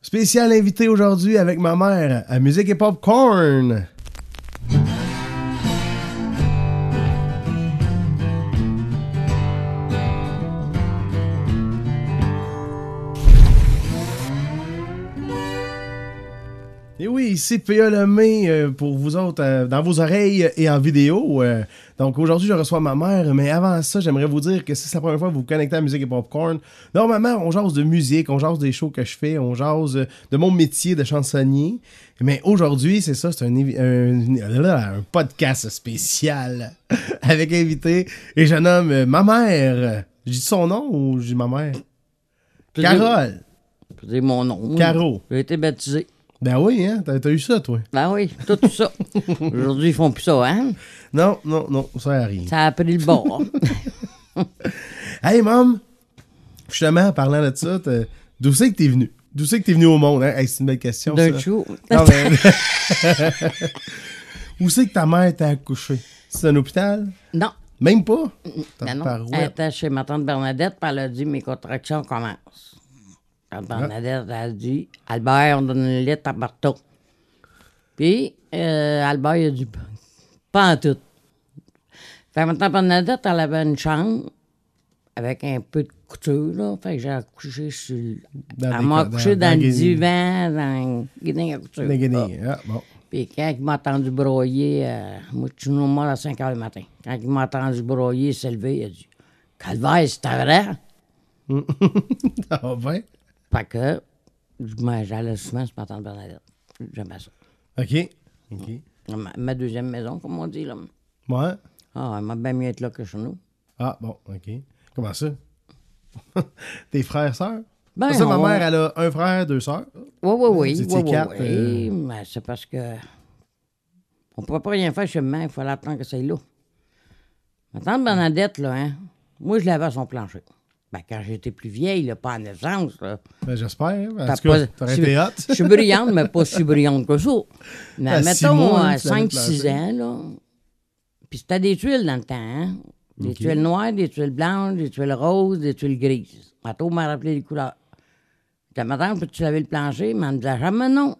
Spécial invité aujourd'hui avec ma mère à Musique et Popcorn. Et oui, ici P.A. Lemay euh, pour vous autres, euh, dans vos oreilles et en vidéo. euh. donc aujourd'hui, je reçois ma mère, mais avant ça, j'aimerais vous dire que si c'est la première fois que vous vous connectez à Musique et Popcorn, normalement, on jase de musique, on jase des shows que je fais, on jase euh, de mon métier de chansonnier. Mais aujourd'hui, c'est ça, c'est un, évi- un- un podcast spécial avec invité et je nomme euh, ma mère. Je dis son nom ou je dis ma mère? Puis Carole. j'ai- puis j'ai mon nom. oui. Caro. J'ai été baptisé. Ben oui, hein, t'as t'as eu ça, toi. Ben oui, tout, tout ça. Aujourd'hui, ils font plus ça, hein? Non, non, non, ça arrive. Ça a pris le bord. Hey, mom! Justement, en parlant de ça, t'es- d'où c'est que t'es venu? D'où c'est que t'es venu au monde? Hein? Hey, c'est une belle question, D'un ça. chou. Non, mais- Où c'est que ta mère t'a accouché? C'est un hôpital? Non, Même pas? ben non. Tabarouette. Elle était chez ma tante Bernadette, puis elle a dit mes contractions commencent. Ah. Tante Bernadette, elle a dit Albert, on donne le lait à Barto. Puis, euh, Albert, il a dit pas en tout. Fait que ma tante Bernadette, elle avait une chambre avec un peu de couture, là. Fait que j'ai accouché sur. le- Dans elle des m'a co- accouché dans- dans, dans le le guénier. divan, dans le guénier à couture. Des guenilles. oh. Ah, bon. Puis quand il m'a entendu broyer, euh, moi, je suis venu au monde à 5 h le matin. Quand il m'a entendu broyer, il s'est levé, il a dit Calvaire, c'est vrai. Ah, ben. Fait que je m'en- j'allais souvent sur Patente Bernadette. J'aimais ça. OK. OK. Ma, ma deuxième maison, comme on dit. là. Ouais. Ah, elle m'a bien mieux être là que chez nous. Ah, bon. OK. Comment ça? Tes frères, sœurs? Ben, Parce que ma on- mère, elle a un frère, deux sœurs. Oui, oui, oui. Vous étiez oui, oui, quatre, oui. euh. Eh, Mais c'est parce que. On ne pouvait pas rien faire chez maman, il fallait attendre que ça aille là. Ma tante Bernadette, là, hein, moi, je l'avais à son plancher. Ben, quand j'étais plus vieille, là, pas en naissance, là. Ben, j'espère. hein. En T'as tout cas, pas- t'aurais si- été hot. Je suis brillante, mais pas si brillante que ça. Mais À six mettons, mois, à hein, tu l'avais 5-6 planté. ans, là. Puis c'était des tuiles dans le temps, hein? Des tuiles noires, des tuiles blanches, des tuiles roses, des tuiles grises. Mato m'a rappelé les couleurs. J'étais ma tante, tu laver le plancher, mais elle me disait jamais non.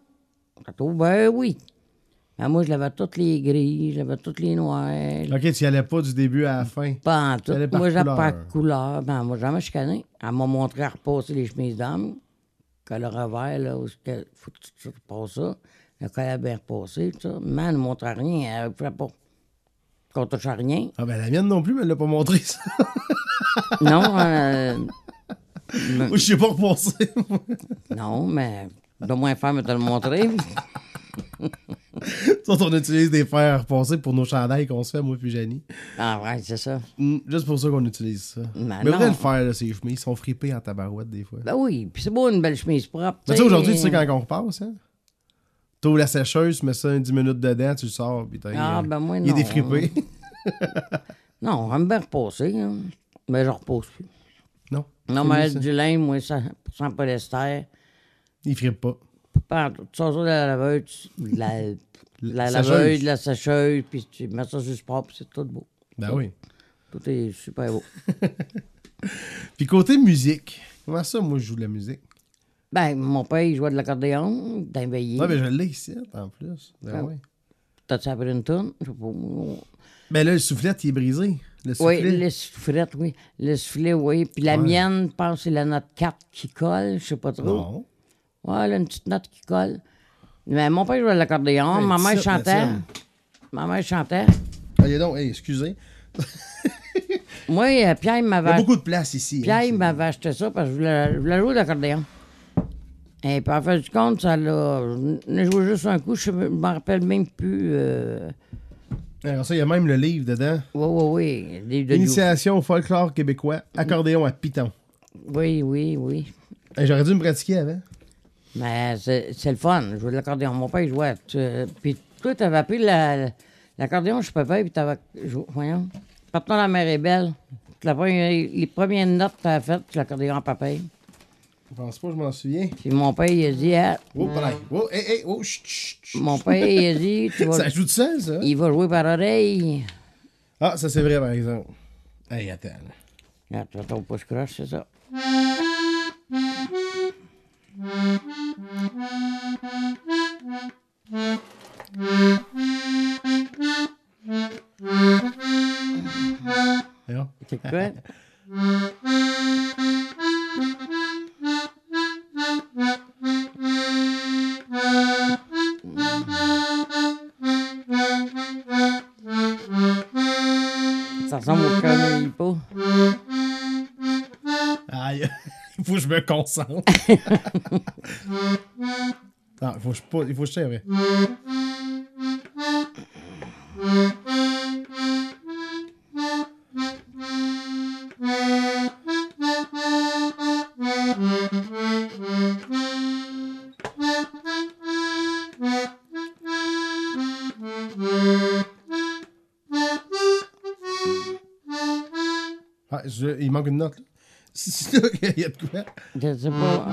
Mato, ben oui. Mais moi, je l'avais toutes les grises, je l'avais toutes les noires. OK, tu y allais pas du début à la fin. Pas en tout. J'allais par Moi, j'avais couleur. pas de couleur. Ben, moi, jamais chicané. Elle m'a montré à repasser les chemises d'homme. Que le revers, là, où c'est que- faut que tu- tu repasses ça. Le col a bien repassé, tout ça. Mais elle ne montrait rien. Elle ne pas. Qu'on touche à rien. Ah, ben, la mienne non plus, mais elle l'a pas montré, ça. Non, euh, Moi, je sais pas repensé. non, mais de moins faire, mais te le montrer. Soit on utilise des fers repassés pour nos chandails qu'on se fait, moi puis Janie. Ah, ouais, c'est ça. Mm, Juste pour ça qu'on utilise ça. Ben Mais non. vrai, le fer, là, ces chemises, ils sont fripés en tabarouette des fois. Ben oui, puis c'est beau, une belle chemise propre. Mais tu sais, aujourd'hui, tu sais quand on repasse, hein? T'ouvres la sécheuse, tu mets ça 10 minutes dedans, tu le sors, puis t'as- Ah, il- ben moi, Il est non. défrippé. Non, on va me bien repasser. hein. Mais je repose plus. non. Non, c'est mais mieux, ça. du linge, moi, ça- sans polyester. Il frippe pas. Par tu sors ça de la laveuse, tu- de la, de la Sécheuse. laveuse, de la sécheuse, puis tu mets ça sur le sport, puis c'est tout beau. Ben oui. Tout est super beau. Puis côté musique, comment ça, moi, je joue de la musique? Ben, mon père, il jouait de l'accordéon, d'un veillé. Ouais, ben je l'ai ici, en plus. Ben Mm. Ah. oui. T'as-tu appris une toune? Je sais pas. moi. Ben là, le soufflet, il est brisé. Le Oui, soufflet. le soufflet, oui. Le soufflet, oui. Puis la mienne, je pense, c'est la note 4 qui colle, je sais pas trop. Non. Ouais, là, une petite note qui colle. Mais mon père jouait de l'accordéon, Hey, ma mère petite note, chantait. Mathieu. Ma mère chantait. Allez Ah, donc, hey, excusez. Moi, euh, Pierre il Il y a m'avait beaucoup de place ici. hein, Pierre ben, c'est- il m'avait acheté ça parce que je voulais, je voulais jouer d'accordéon. Et puis, en fait du compte, ça l'a. Je joué juste un coup, je ne m'en rappelle même plus. euh, Alors ça, il y a même le livre dedans. Oui, oui, oui. des- de- Initiation au folklore québécois, accordéon à Python. Oui, oui, oui. Hey, J'aurais dû me pratiquer avant. Mais c'est c'est le fun. Jouer de l'accordéon. Mon père, il jouait. Tu- Puis, toi, t'avais appris la- l'accordéon je peux pas, puis t'avais. jou- Voyons. Partons la mer est belle. La première- les premières notes que t'as faites, c'est l'accordéon à papa. Je pense pas, je m'en souviens. Puis, mon père, il a dit, Ah, Oh, pareil. Oh, hey, hey, oh, chut, chut, chut. mon père, il a dit, tu vas- Ça joue du sel, ça? il va jouer par oreille. Ah, ça c'est vrai, par exemple. Hey, attends. là. Ah, tu vas tomber pas ce croche, c'est ça. quoi? Ça ressemble au cœur de hippo. Aïe, il faut que je me concentre. non, il faut que je, pas- il faut que je tire, ouais. Ah, je- il manque une note. là. C'est là qu'il y a de quoi. Je sais pas.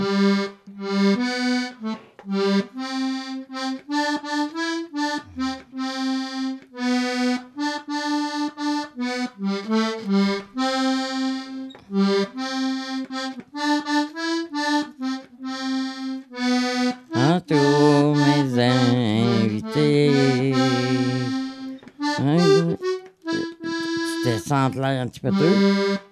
À tous mes invités. Hein, Tu descends de l'air un petit peu tôt.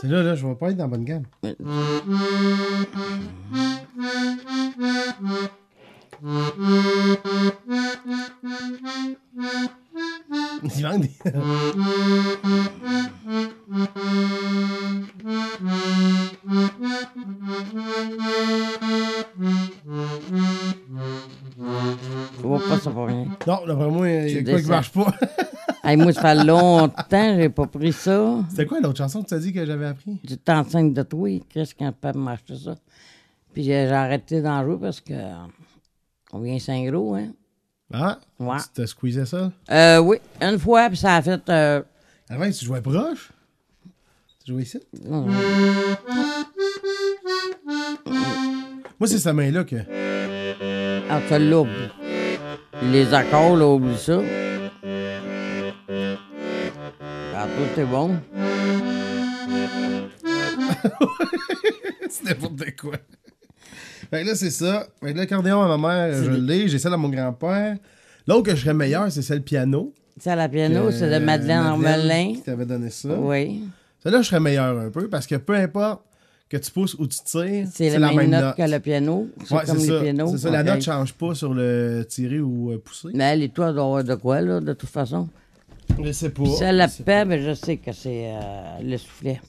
C'est là, là, je vais pas être dans la bonne gamme. Il manque des. Tu vois pas ça pour rien. Non, d'après moi, il y a quoi qui Tu descends. marche pas. Hey, moi, ça fait longtemps que j'ai pas pris ça. C'était quoi l'autre chanson que tu as dit que j'avais appris? J'étais enceinte de toi, qu'est-ce qu'un peut m'acheter ça? Puis euh, j'ai j'ai arrêté d'en jouer parce que euh, on vient saint gros, hein? Ah? Ouais. Tu te squeezé ça? Euh, oui, une fois, puis ça a fait. euh, Avant, tu jouais proche? Tu jouais ici? Moi, c'est sa main-là que. Ah, ça là Les accords, là, oublie ça. Ah, tout est bon. c'est n'importe quoi. Fait que là, c'est ça. Fait que l'accordéon à ma mère, je l'ai. J'ai celle à mon grand-père. L'autre que je serais meilleur, c'est celle piano. Ça, la piano, Euh, c'est de Madeleine Armelin. Qui t'avait donné ça. Oui. Celle-là, je serais meilleur un peu parce que peu importe que tu pousses ou tu tires, C'est la, même note, que le piano. C'est Ouais, comme c'est les ça. pianos. C'est ça, la Ok. note change pas sur le tirer ou euh, pousser. Mais elle et toi, elle doit avoir de quoi, là, de toute façon. Je sais pas. Ça, la Je sais paix, ben, je sais que c'est euh, le soufflet.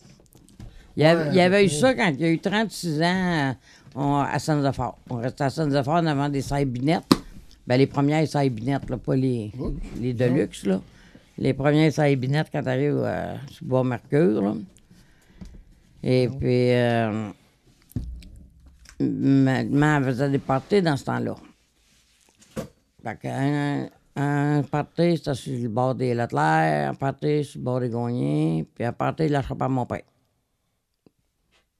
Il y avait, il y avait eu ça quand il y a eu 36 ans euh, on- à Sainte-Zephyr. On restait à Sainte-Zephyr en avant des saibinettes. Ben, les premières saibinettes, là, pas les, Oh, les Deluxe. Là. Les premières saibinettes quand tu arrives sur Bois-Mercure. là. Et puis, euh, ma maman elle faisait des parties dans ce temps-là. Fait qu'un un party, c'était sur le bord des Latelaires, un party sur le bord des Gagniers, puis un party de la chope à mon père.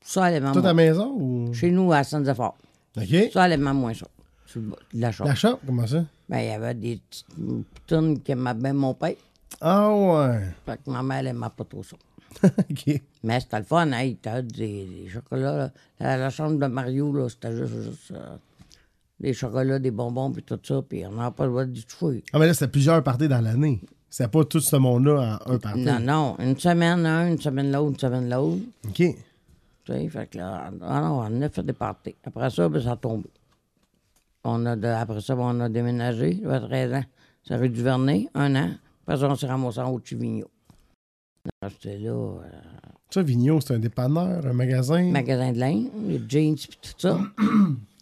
Ça, elle pas. maman. Toi, ta maison ou. Chez nous, à Sainte-Zephyr. Ok. Ça, elle aimait moins ça. Sur le bord de la chope. La chambre, comment ça? Ben, il y avait des petites tounes qui aimaient bien mon père. Ah ouais. Fait que ma mère, elle aimait pas trop ça. ok. Mais c'était le fun, hein. T'as des, des chocolats. là. La, la chambre de Mario, là, c'était juste, juste, euh, des chocolats, des bonbons, puis tout ça. Puis on n'a pas le droit d'y toucher. Ah, mais là, c'était plusieurs parties dans l'année. C'était pas tout ce monde-là en un party. Non, non. Une semaine, un, une semaine l'autre, une semaine l'autre. Ok. Tu sais, fait que là, ah non, on a fait des parties. Après ça, ben, ça a tombé. On a de- après ça, ben, on a déménagé, j'avais 13 ans. C'est rue du Vernet, un an. Après ça, on s'est ramassé en haut de Chivigno. On a acheté là, euh, Ça, Vigneault, c'est un dépanneur, un magasin. magasin de linge, les jeans, puis tout ça.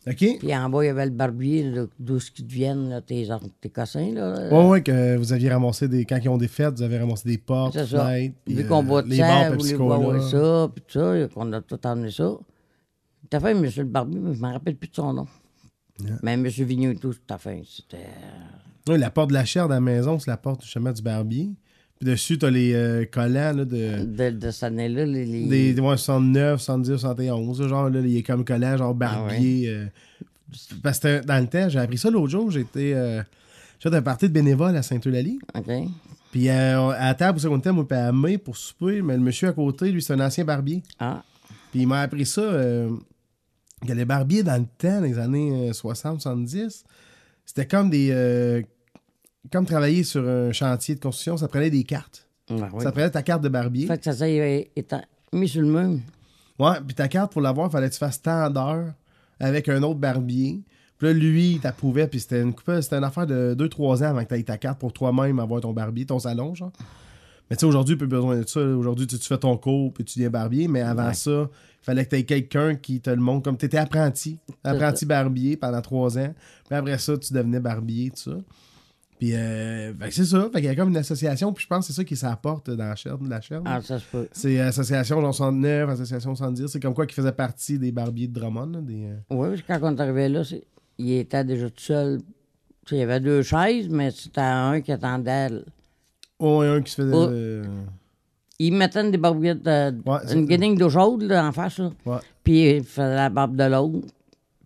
Ok. Ouais, Puis en bas, il y avait le barbier, là, d'où ce qui deviennent là, tes, ar- tes cossins. Là. ouais, que vous aviez ramassé des. Quand ils ont des fêtes, vous avez ramassé des portes, C'est ça. fenêtres, puis, Vu euh, qu'on boit de les ça, bars vous voulez PepsiCo, voir là. ça, puis tout ça, qu'on a tout emmené ça. T'as fait, M. le Barbier, mais je me rappelle plus de son nom. Mais M. Vigneault et tout, t'as fait, c'était... Oui, la porte de la chair de la maison, c'est la porte du chemin du barbier. Puis dessus, t'as les euh, collants là, de. De, de cette année-là, les... les- Des, des- ouais, 69, 70, 71. là, Genre, là, il y a comme collants, Ah genre barbier. euh, parce que dans le temps, j'ai appris ça l'autre jour. J'étais. Euh, j'ai fait un party de bénévoles à Saint-Eulalie. OK. Puis euh, on- à la table, où c'est qu'on était, moi, puis à main pour souper. Mais le monsieur à côté, lui, c'est un ancien barbier. Ah, Puis il m'a appris ça, euh, que les barbiers dans le temps, dans les années 60-70, c'était comme des euh, comme travailler sur un chantier de construction, ça prenait des cartes. Ah oui. Ça prenait ta carte de barbier. Fait que ça s'est étant- mis sur le mur. Ouais, puis ta carte, pour l'avoir, fallait que tu fasses tant d'heures avec un autre barbier. Puis là, lui, il t'approuvait, puis c'était une coupe, c'était une affaire de 2-3 ans avant que tu aies ta carte pour toi-même avoir ton barbier, ton salon, genre. Mais tu sais, aujourd'hui, plus besoin de ça. Aujourd'hui, tu, tu fais ton cours, puis tu deviens barbier. Mais avant ça, il fallait que tu aies quelqu'un qui te le montre. Comme tu étais apprenti, apprenti barbier pendant 3 ans. Puis après ça, tu devenais barbier, tout ça. Puis euh, fait que c'est ça. Fait qu'il y a comme une association, puis je pense que c'est ça qui s'apporte dans la chaîne. La chaîne. Ah, ça se peut. C'est Association Jean 69, Association 110. C'est comme quoi qui faisait partie des barbiers de Drummond. là, des, euh, Oui, parce que quand on est arrivé là, c'est- il était déjà tout seul. Tu sais, il y avait deux chaises, mais c'était un qui attendait. Oh, et un qui se faisait. Oh. euh, Ils mettaient des barbettes, de- Ouais, ça- une guédingue d'eau chaude là, en face. là. ouais. Puis ils faisaient la barbe de l'autre.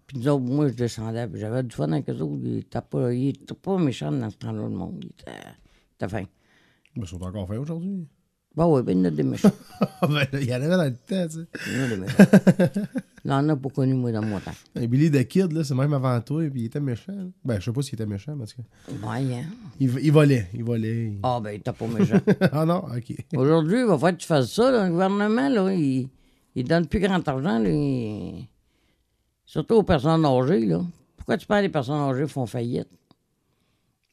Puis nous autres, moi, je descendais. Puis j'avais du fun avec eux autres. Ils étaient pas, ils étaient pas méchants dans ce temps-là, le monde. Ils étaient, ils étaient fins. Ben, ils sont encore faits aujourd'hui. Bon, oui, ben, il y en a des méchants. Ah, ben, il y en avait dans le temps, tu sais. Il y en a des méchants. Il y en a pas connu, moi, dans mon temps. Ben, Billy the Kid, là, c'est même avant toi, puis il était méchant. là. Ben, je sais pas s'il était méchant, mais en tout cas. Ouais, hein. Il, il volait, il volait. il- Ah, ben, il était pas méchant. ah non, ok. Aujourd'hui, il va falloir que tu fasses ça. là. Le gouvernement, là, il, il donne plus grand argent. là. Il- Surtout aux personnes âgées. Là. Pourquoi tu parles des personnes âgées qui font faillite?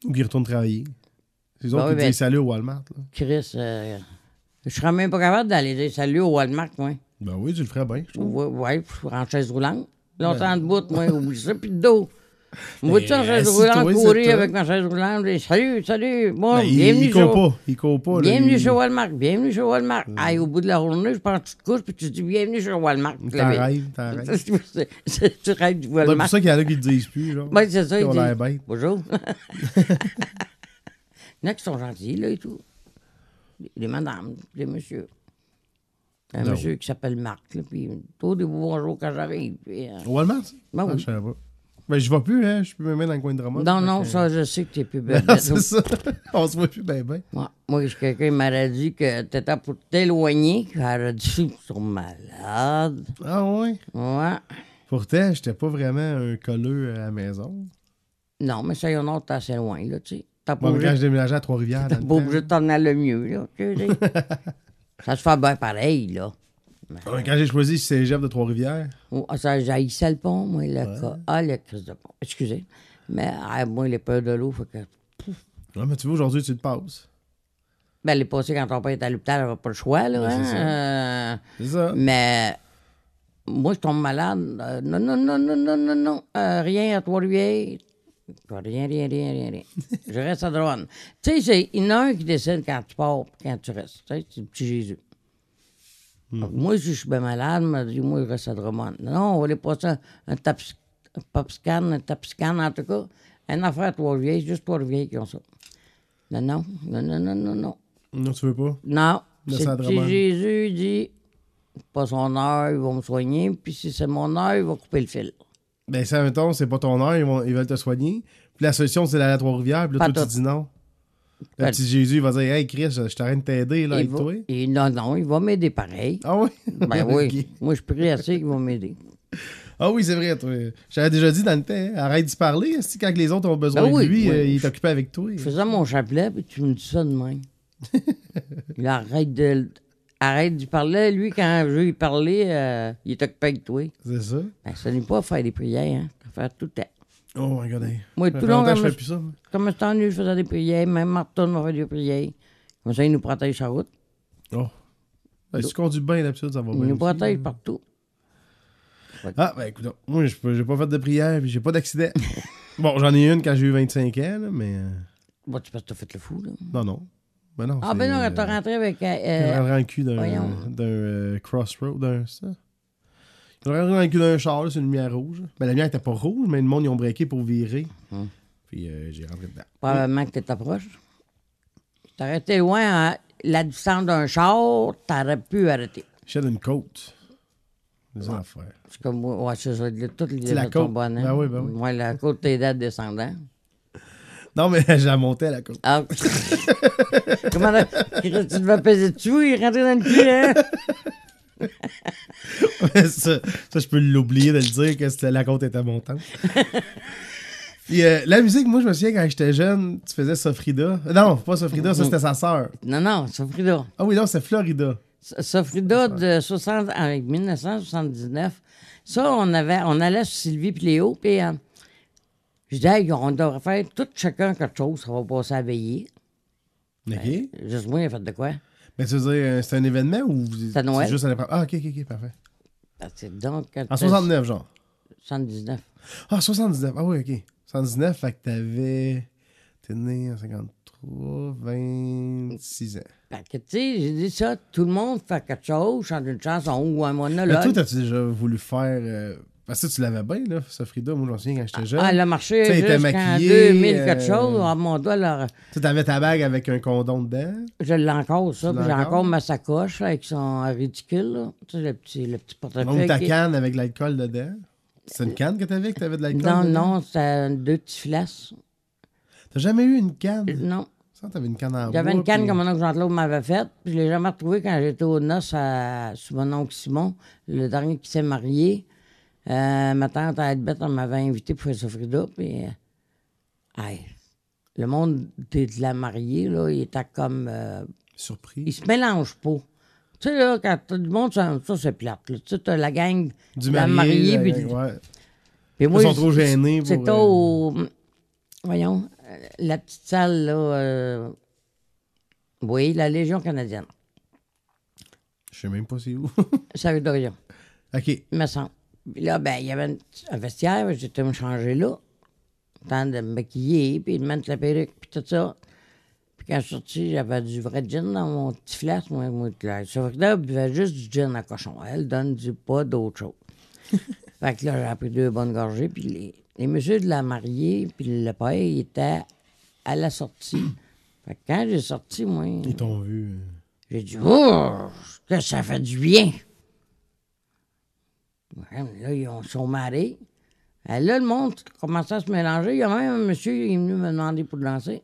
Ou qu'il retourne travailler. C'est Ben autres oui, qui ben- disent salut au Walmart. là. Chris, euh, je serais même pas capable d'aller dire salut au Walmart, moi. Ben oui, tu le ferais bien, je trouve. Ouais, ouais, pff, en chaise roulante. Ben. Longtemps de bout, moi, oublie ça, puis de dos. Moi, tu en chaise assis-toi, c'est roulante, courir toi. avec ma chaise roulante, je dis salut, salut, bon, Ben, il, Oh, bienvenue il chez court pas, il court pas. là, Bienvenue il- Hmm. chez Walmart, bienvenue chez Walmart. Aïe, au bout de la journée, je pense que tu te couches puis tu te dis bienvenue chez Walmart. T'en rêves, t'en rêves. Ben C'est- c'est- tu rêves du C'est Ben, pour Walmart. ça qu'il y en a qui le disent plus, genre. Ben, c'est ça, Ils ils ont l'air disent bêtes. bonjour. Il y en a qui sont gentils, là, et tout. Les- Les madames, les messieurs. Un Non. monsieur qui s'appelle Marc, là, puis tout des bonjour quand j'arrive. puis, euh, Au Walmart? ça? Ben oui. Ah, je savais pas. Ben, je vais plus, hein. Je suis plus même dans le coin de Drummond. Non, Fait non, que- ça, je sais que t'es plus belle. Ah, c'est ça. On se voit plus, ben, ben. Ouais. Moi, je- quelqu'un m'aurait dit que t'étais pour t'éloigner, j'aurais dit, ils sont malades. Ah, ouais. Ouais. Pourtant, j'étais pas vraiment un colleux à la maison. Non, mais ça, il y en a, t'es assez loin, là, tu sais. T'as pas Moi, quand obligé je déménageais à Trois-Rivières, dans t'as le pas temps, obligé de t'en aller mieux, là, tu sais. ça se fait bien pareil, là. euh, quand j'ai choisi le cégep de Trois-Rivières, Oh, ah, ça, j'haïssais le pont, moi, le cas. Ah, le crise de pont. Excusez. Mais, ah, moi, les peurs de l'eau, faut que... ouais, mais tu vois, aujourd'hui, tu le passes. Ben, elle est passée quand ton père était à l'hôpital, elle avait pas le choix, là, hein. Euh, C'est ça. Mais moi, je tombe malade. Euh, non, non, non, non, non, non, non. Euh, rien à Trois-Rivières. Pas Rien, rien, rien, rien, rien. je reste à Dronne. Tu sais, c'est- il y en a un qui décide quand tu pars et quand tu restes. Tu sais, c'est le petit Jésus. Donc, Moi, si je suis bien malade, je me dis, moi, je reste à Drummond. Non, on va aller passer un, un tap, un pap scan, un tap scan, en tout cas. Une affaire à Trois-Rivières, juste Trois-Rivières qui ont ça. Non, non, non, non, non, non, non. Non, tu veux pas. Non. Le C'est le syndrome. petit Jésus il dit pas son heure, ils vont me soigner, puis si c'est mon heure, ils vont couper le fil. Ben, ça, mettons, c'est pas ton heure, ils, vont- ils veulent te soigner. Puis la solution, c'est d'aller à Trois-Rivières, puis là, Pas toi, tu tout. dis non. Le Ben- petit Jésus, il va dire, hey, Chris, je je t'arrête de t'aider, là, Il avec va- toi. il- non, non, il va m'aider pareil. Ah, oui. Ben oui, Ok. moi je prie assez qu'ils vont m'aider. Ah oui, c'est vrai, toi. J'avais déjà dit dans le temps, hein, arrête d'y parler. est-ce que Quand les autres ont besoin Ben oui, de lui, oui. euh, il est occupé avec toi. Je faisais mon chapelet, puis tu me dis ça de même. il arrête de arrête d'y parler. Lui, quand je veux y parler, euh, il est occupé avec toi. C'est ça. Ben, ça n'est pas faire des prières, hein. Ça fait tout le temps. Oh my god. hey. Ça Moi, fait tout longtemps longtemps, que je hein, moi, fais plus ça. moi. Comme c'est ennuyeux, je faisais des prières. Même Martin m'a fait des prières. Comme ça, il nous protège sa route. Oh. Ben, si tu conduis bien d'habitude, ça va Il bien. nous aussi. protège partout. Ah, ben écoute, moi, j'ai pas- j'ai pas fait de prière puis j'ai pas d'accident. bon, j'en ai une quand j'ai eu 25 ans, là, mais. euh, Bon, tu penses que t'as fait le fou, là. Non, non. Ben non. Ah, ben non, c'est, quand t'es euh, rentré avec. euh, Il euh, rentre dans le cul d'un voyons. d'un, euh, crossroad, d'un. ça. Il rentre dans le cul d'un char, là, c'est une lumière rouge. Ben la lumière était pas rouge, mais le monde, ils ont breaké pour virer. Puis euh, j'ai rentré dedans. probablement que t'étais proche. T'aurais été loin à la distance d'un char, t'aurais pu arrêter. J'étais d'une côte. Des affaires. Parce que moi, ouais, c'est ça. là, Toutes les C'est la dates sont côte. bonnes. hein. Ben oui, ben oui. Ouais, la côte, tes dates descendant. Non, mais j'ai monté à la côte. Ah. Comment la- tu devais peser dessus, il est rentré dans le cul, hein? ça, ça, je peux l'oublier de le dire que c'était- la côte était montante. Puis, euh, la musique, moi, je me souviens quand j'étais jeune, tu faisais Sofrida. Euh, Non, pas Sofrida, Mm-hmm. ça c'était sa sœur. Non, non, Sofrida. Ah oui, non, c'est Florida. S- Sofrida de 60, avec 1979. Ça, on, avait, on allait sur Sylvie puis Léo, puis euh, je disais, Hey, on devrait faire tout chacun quelque chose, ça va passer à veiller. OK. Juste moi, il a fait de quoi? Mais tu veux dire, euh, c'est un événement ou vous- C'est à Noël. juste à l'épreuve? Ah, ok, ok, ok, parfait. Ah, C'est donc. En 69, genre. 79. Ah, 79. Ah oui, ok. 79, fait que t'avais. T'es né en 53, 26 ans. Fait que, tu sais, j'ai dit ça, tout le monde fait quelque chose, chante une chanson ou un Mais toi, monologue. t'as-tu déjà voulu faire. euh, Parce que tu l'avais bien, là, ce Frida. Moi, je me souviens quand j'étais jeune. Ah, elle a marché Tu sais, elle était jusqu'en maquillée, 2000 euh, quelque chose. Ah, mon doigt, là, Tu avais ta bague avec un condom dedans. je l'ai encore, ça. Tu puis l'as j'ai encore? encore ma sacoche avec son ridicule, là. Tu sais, le petit, le petit portefeuille. Ou ta qui- canne avec de l'alcool dedans. C'est une canne que t'avais, que t'avais de l'alcool Non, dedans? non, c'était deux petits flasques. T'as jamais eu une canne? Non. Ça, t'avais une canne en Euh, J'avais une bois, canne puis- que mon oncle Jean-Claude m'avait faite, puis je l'ai jamais retrouvée quand j'étais aux noces à, sous mon oncle Simon, le dernier qui s'est marié. Euh, ma tante Albette, on m'avait invité pour faire ce frida, puis. euh, aïe, le monde de de la mariée, là, il était comme. euh, il Surpris. se mélange pas. Tu sais, là, quand t'as du monde, ça, ça, c'est plate. là. Tu sais, t'as la gang Du de la marié. mariée, la- puis. ouais. puis moi, sont trop gênés pour, C'était euh, au. Voyons, euh, la petite salle, là. euh, Oui, la Légion canadienne. Je sais même pas c'est où. Ça veut dire OK. il me semble. Puis là, ben, il y avait une- un vestiaire, j'étais me changer là. Temps de me maquiller, puis de mettre la perruque, puis tout ça. Puis quand je suis sorti, j'avais du vrai gin dans mon petit flasque, moi, moi, là. Sauf que là, je buvais juste du gin à cochon. Elle donne du pas d'autre chose. fait que là, j'ai pris deux bonnes gorgées, puis les, les messieurs de la mariée, puis le père, ils étaient à la sortie. fait que quand j'ai sorti, moi. Ils t'ont vu. euh, J'ai dit, oh, que ça fait du bien. Ouais, mais Là, ils ont- sont mariés. Et là, le monde commençait à se mélanger. Il y a même un monsieur qui est venu me demander pour danser.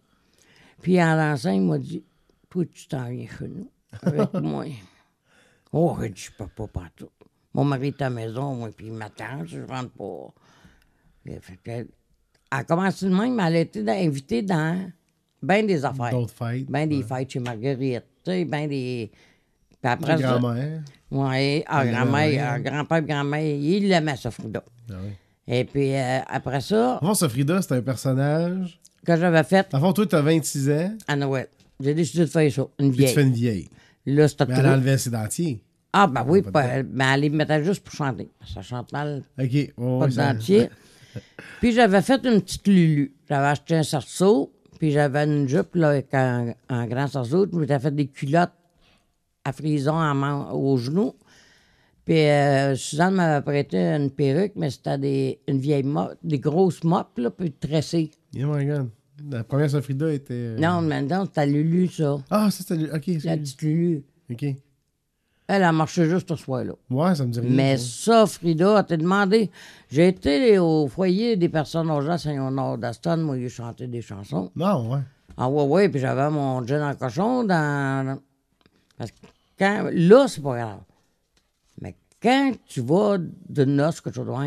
Puis en dansant, il m'a dit, toi, tu t'en viens chez nous avec moi. Oh, j'ai dit, je peux pas partout. Mon mari est à la maison, moi, puis il m'attend, je rentre pas. Et fait que, Elle a commencé de même, mais elle a été invitée dans bien des affaires. D'autres fêtes. euh, Ben des fêtes chez Marguerite, tu sais, ben des. Puis après, Des grand-mères. Oui, Des grand-mère, grands-mères. ah, grand-père, grand-mère, il l'aimait, ce frida. Ah ouais. Et puis euh, après ça, Avant, ce Frida, c'est un personnage. que j'avais fait Avant, toi, t'as 26 ans. à Noël, j'ai décidé de faire ça, une Puis tu fais vieille. une vieille. Là, c'était Mais elle trop. enlevait ses dentiers. Ah, ben oui, pas- ben, elle les mettait juste pour chanter. Ça chante mal, OK. ouais, pas ouais, de ça- dentier. Puis j'avais fait une petite Lulu. J'avais acheté un sarceau, puis j'avais une jupe là, avec un, un grand sarceau. Je m'étais fait des culottes à frison à man- aux genoux. Puis euh, Suzanne m'avait prêté une perruque, mais c'était des, une vieille mop, des grosses mopes, là, puis tressées. Yeah, my God. La première Sofrida était. euh, Non, maintenant, c'était Lulu, ça. Ah, ça, c'était. lui. OK. c'est La lui. petite Lulu. OK. Elle a marché juste ce soir-là. Ouais, ça me dit rien. Mais ça, Frida, t'es demandé. J'ai été au foyer des personnes âgées à Saint-Honor d'Aston, moi, j'ai chanté des chansons. Non, ouais. Ah ouais, ouais, puis j'avais mon gin en cochon dans... Parce que quand... Là, c'est pas grave. Mais quand tu vas de noces que tu dois,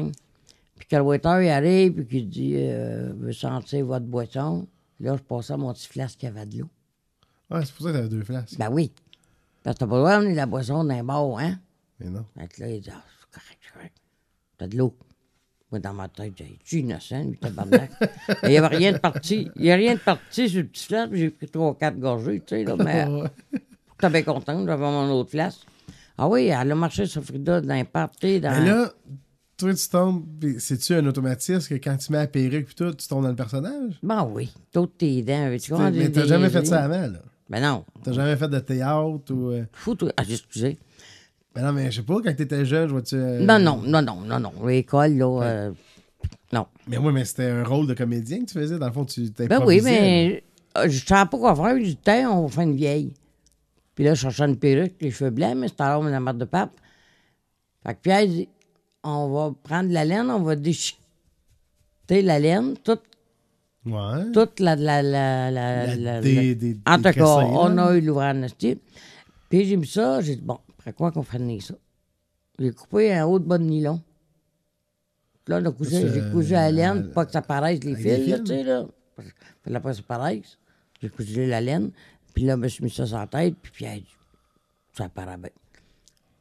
puis que le waiter il arrive, puis qu'il dit euh, « Veux sentir votre boisson? » Là, je passais à mon petit flasque qui avait de l'eau. Ouais, c'est pour ça que t'avais deux flasques. Ben oui. Parce que t'as pas le droit d'amener la boisson d'un bar, hein? Mais non. Fait que là, il dit, ah, c'est correct, c'est correct. T'as de l'eau. Moi, dans ma tête, j'ai dit, tu innocent, lui, tabarnak. Mais Il n'y avait rien de parti. Il n'y a rien de parti sur le petit flasque. J'ai pris trois, quatre gorgées, tu sais, là, mais Ouais. j'étais bien content. J'avais mon autre flasque. Ah oui, elle a marché sur Frida dans un party, dans... Mais là, toi, tu tombes. pis C'est-tu un automatisme que quand tu mets la perruque pis tout, tu tombes dans le personnage? Ben oui, toutes tes dents. Tu T'sais, comprends, mais des- t'as des- jamais fait des- ça avant, là. Ben non, T'as jamais fait de théâtre ou. euh, fou toi. Ah, excusez. Ben non, mais je sais pas, quand t'étais jeune, je vois-tu. euh, Non, non, non, non, non, non. L'école, là, euh, non. Mais ouais, mais c'était un rôle de comédien que tu faisais. Dans le fond, tu Ben oui, t'improvisais. mais euh, je savais pas quoi faire. Du temps, on fait une vieille. Puis là, je cherchais une perruque, les cheveux blancs, mais c'était alors la marde de pape. Fait que Pierre dit on va prendre de la laine, on va déchiqueter la laine, toute, Ouais. toute la. la, la, la, La- la- des- la- des- des en tout cas, cassins, on là. a eu l'ouvrage Puis j'ai mis ça, j'ai dit bon, après quoi qu'on finisse ça J'ai coupé un haut de bas de nylon. Là, on a cousu- Parce, j'ai euh, cousu à la laine pour pas que ça paraisse les avec des fils, là, fils? tu sais, là. Parce que- fallait pas que ça paraisse. J'ai cousu la laine, puis là, je me suis mis ça sur la tête, puis, puis elle dit, ça paraît bien.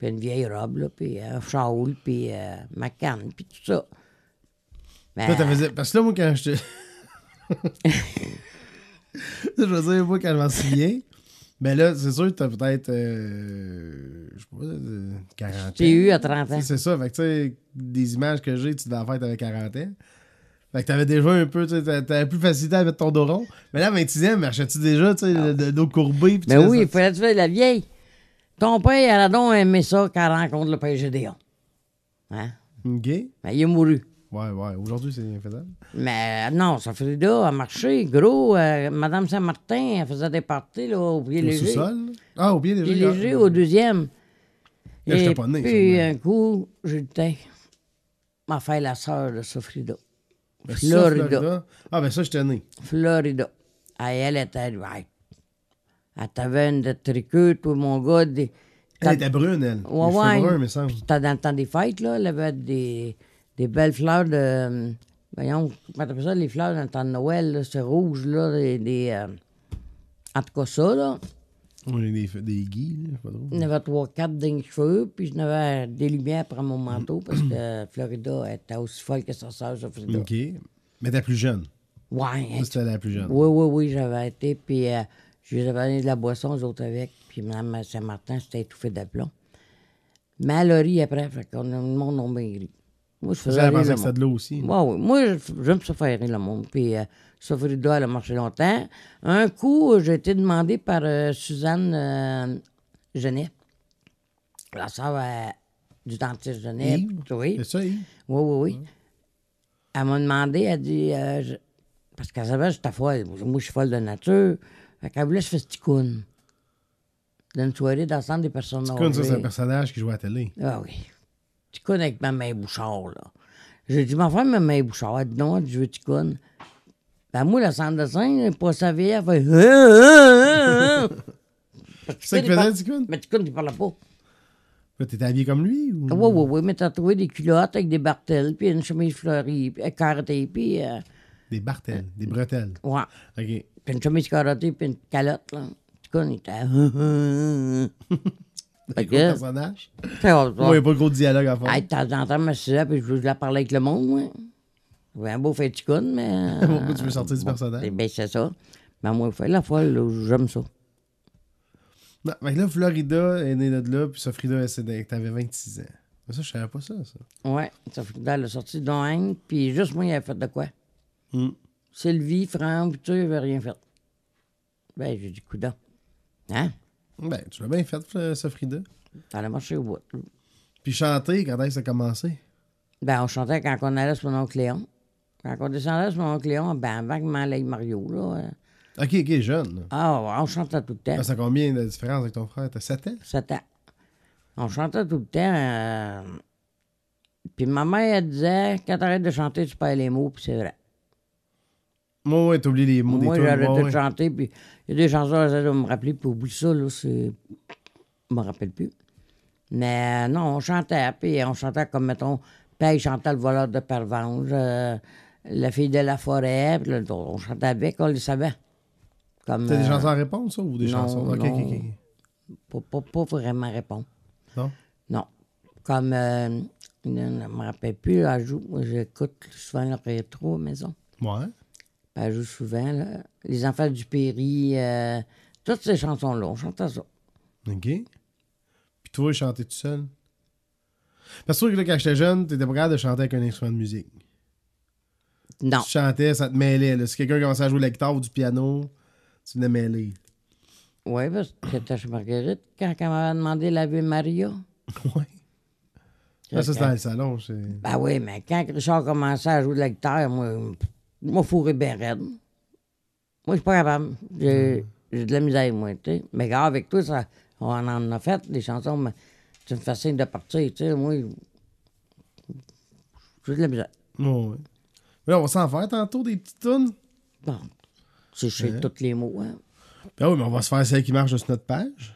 Puis une vieille robe, là, puis un shawl, puis euh, ma canne, puis tout ça. Ben, Toi, t'as faisais- Parce que là, moi, quand je te- je veux dire, moi, quand je m'en souviens, ben là, c'est sûr que t'as peut-être, euh, je sais pas, euh, 40 Ben, j'ai eu à 30 ans. Tu sais, C'est ça, fait que tu sais, des images que j'ai, tu devais en faire, t'avais 40 ans. Fait que t'avais déjà un peu, tu sais, t'a- t'avais plus de facilité à mettre ton doron. Mais là, à 26 ans, marchais-tu déjà, tu sais, le- le dos courbé? pis tu Mais fais Ben oui, ça, il fallait tuer la vieille. Ton père, elle a donc aimé ça quand elle rencontre le père Gédéon. Hein? Ok. Mais il est mouru. Ouais, ouais, aujourd'hui, c'est infaisable. Mais euh, non, ça faisait là, a marché, gros. euh, Madame Saint-Martin, elle faisait des parties là, au pied Au léger. sous-sol? Ah, au pied Pied léger. léger ah. au deuxième. Là, j'étais Et pas né, Puis sûrement. un coup, j'ai dit, tiens, m'a fait la sœur de ce Frida. Ben, ça, Florida. Florida. Ah, ben ça, j'étais né. Florida. Ah, elle était. ouais. Elle t'avait une de tricot, tout mon gars. Des... Elle était brune, elle. Ouais, Les cheveux ouais. bruns, me semble. Puis t'as- dans le temps des fêtes, là, elle avait des, des belles fleurs de. euh, Voyons, comment t'appelles ça, les fleurs dans le temps de Noël, là, c'est rouge, là, des. des, euh, en tout cas, ça, là. On est des, des guis, là, pas drôle. Il y en avait trois, quatre dans les cheveux, puis je n'avais des lumières après mon manteau, parce que Florida était aussi folle que sa sœur, ça Florida. Ok. Mais t'es plus jeune. Ouais, Ça, c'était la plus jeune. Oui, oui, oui, j'avais été, puis euh, je les avais donné de la boisson, aux autres avec, puis Mme Saint-Martin s'était étouffée d'aplomb. Mais elle a ri après, fait qu'on a- le monde a maigri. Moi, je faisais Ça, elle rire pensait le que c'était monde. de l'eau aussi. Ouais, ouais. Moi, je- j'aime ça faire rire le monde, puis euh, ça fait doigts, elle a marché longtemps. Un coup, j'ai été demandé par euh, Suzanne euh, Genet, la sœur euh, du dentiste Genet. Yves? Oui. C'est ça, Yves? Oui, Mm. oui, oui. Elle m'a demandé, elle dit, euh, je- parce qu'elle savait que j'étais folle. Moi, je suis folle de nature. Fait qu'elle voulait que je fasse ticoune. D'une soirée d'ensemble des personnes Comme ça, c'est un âgées. personnage qui joue à la télé. Ah oui. Ticoune avec ma main bouchard, là. J'ai dit, ma femme, ma main bouchard. Elle dit, non, je veux ticoune. Ben, moi, la centre de scène, pas sa vieille, elle fait. hein, Ah, ah, ah, ah. C'est ça qu'il faisait, Ticoun? Mais ticoune, il parlait pas. T'étais habillé comme lui? Ou... Oui, oui, oui, mais t'as trouvé des culottes avec des bartels, puis une chemise fleurie, puis écartée, puis. euh, Des bartelles, des bretelles. ouais. OK. Puis une chemise carottée, puis une calotte, là. Tu connais, il hein, était. hein, Fait Gros que. personnage. c'est hors- Moi, il n'y a pas de gros dialogue à faire. Hey, de temps en temps, je me suis là, puis je voulais parler avec le monde, moi. J'avais un beau fait de ticoune, mais. euh, Pourquoi tu veux sortir du personnage? Eh Ben, c'est ça. Mais moi, je fais la folle, là, j'aime ça. Non, fait que Ben, là, Florida est née de là, puis Sofrida, c'est dès que t'avais 26 ans. Mais ça, je savais pas ça, ça. Ouais, ça fait que dans la sortie de Noël, puis juste moi, il avait fait de quoi? Hmm. Sylvie, Franck, puis tu n'avait rien fait. Ben, j'ai dit, coudon. Hein? Ben, tu l'as bien fait, Fl- Sofrida. Ça allait marcher au bout. Puis chanter, quand est-ce que ça a commencé? Ben, on chantait quand on allait sur mon oncle Léon. Quand on descendait sur mon oncle Léon, ben, avant que m'enlève Mario, là. euh, OK, OK, jeune. là. Ah, ouais, on chantait tout le temps. Ah, ça a combien de différence avec ton frère? T'as 7 ans? Sept ans. On chantait tout le temps. euh, Puis ma mère, elle disait, quand t'arrêtes de chanter, tu perds les mots, puis c'est vrai. Moi, ouais, t'oublies les mots Moi, des j'arrêtais tunes. ouais, de ouais. chanter, puis il y a des chansons, j'essaie de me rappeler, puis oublie ça, là, c'est... Je me rappelle plus. Mais euh, non, on chantait, puis on chantait comme, mettons, Paye chantait le voleur de Pervenche, euh, La fille de la forêt, puis là, on chantait avec, on le savait. Comme... T'as des euh, chansons à répondre, ça, ou des non, chansons? OK, non. OK, OK. pas, pas- pas vraiment répondre. Non? Non. Comme, euh, je ne me rappelle plus, là, elle joue- moi, j'écoute souvent le rétro à la maison. Ouais. Puis elle joue souvent, là. Les enfants du Péri, euh, toutes ces chansons-là, on chantait ça. OK. Puis toi, chanter tout seul? Parce que, sûr que là, quand j'étais jeune, t'étais pas capable de chanter avec un instrument de musique. Non. Tu chantais, ça te mêlait. là. Si quelqu'un commençait à jouer de la guitare ou du piano, tu venais mêler. Oui, parce que c'était chez Marguerite quand elle m'avait demandé la vie Maria. Ouais. Ah, ça, c'était dans le salon. c'est- Ben oui, mais quand Richard commençait à jouer de la guitare, moi, je m'a fourré bien raide. Moi, je suis pas capable. J'ai Hmm. j'ai de la misère, moi, tu sais. Mais gars, avec toi, ça, on en a fait des chansons, mais tu me fais signe de partir, tu sais. Moi, j'ai de la misère. Ouais, ouais. Mais là, on va s'en faire tantôt des petites tunes. Bon, c'est chez tous les mots, hein. Ben oui, mais on va se faire celle qui marche sur notre page.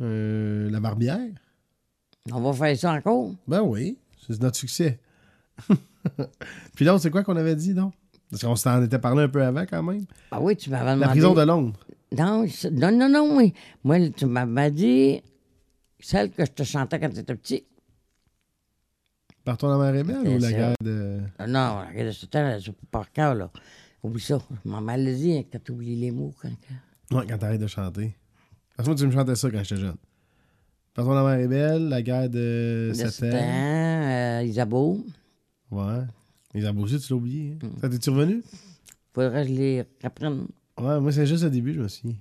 Euh, la barbière. On va faire ça encore. Ben oui, c'est notre succès. Puis donc, c'est quoi qu'on avait dit, donc? Parce qu'on s'en était parlé un peu avant, quand même. Ah oui, tu m'avais demandé. La prison de Londres. Non, c'est- non, non, non, oui. Moi, tu m'avais dit celle que je te chantais quand tu étais petit. Par ton amère rebelle ou C'est la ça. guerre de. Ah Non, la guerre de Satan, elle joue pas par cœur, là. Oublie ça. Je m'en mal dit hein, quand tu oublies les mots. Quand... quand- Ouais, quand t'arrêtes de chanter. Parce que moi, tu me chantais ça quand j'étais jeune. Par ton amère rebelle, la guerre de. De Satan, Satan. euh, Isabeau. Ouais. Les aussi, tu l'as oublié. hein. Ça t'es-tu revenu? Faudrait que je les reprenne. Ouais, moi, c'est juste le début, je me suis.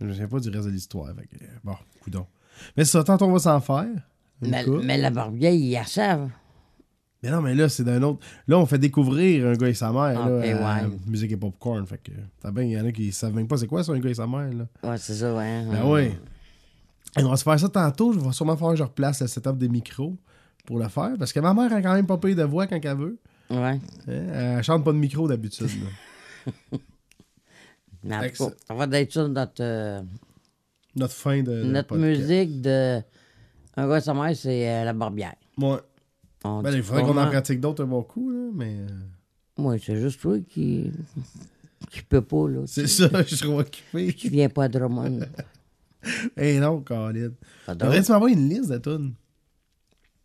Je me souviens pas du reste de l'histoire. Fait que, euh, bon, coudon. Mais c'est ça, tant on va s'en faire. une Mais, coupe. mais la barbière, ils la savent. Mais non, mais là, c'est d'un autre. Là, on fait découvrir un gars et sa mère. Ok, là, à Ah, ben ouais. Musique et popcorn. Fait que, t'as bien, il y en a qui savent même pas c'est quoi ça, un gars et sa mère. Là. Ouais, c'est ça, hein. Ben oui. Et on va se faire ça tantôt. Je vais sûrement faire que je replace le setup des micros pour le faire. Parce que ma mère a quand même pas payé de voix quand qu'elle veut. Ouais. Hein? Elle chante pas de micro d'habitude. là. Mais en Fait que tout cas, ça va être ça notre, euh, Notre fin de. de notre podcast. musique de. Un gars, sa mère, c'est euh, la barbière. Ouais. On Ben, dit il faudrait pas qu'on en mal. pratique d'autres un bon coup, là, mais. euh, Moi, c'est juste toi qui. qui peux pas, là. C'est ça, je suis trop occupé. Tu viens pas à Drummond. Eh non, Colin. Pardon? Faudrait-tu m'envoyer une liste de tunes?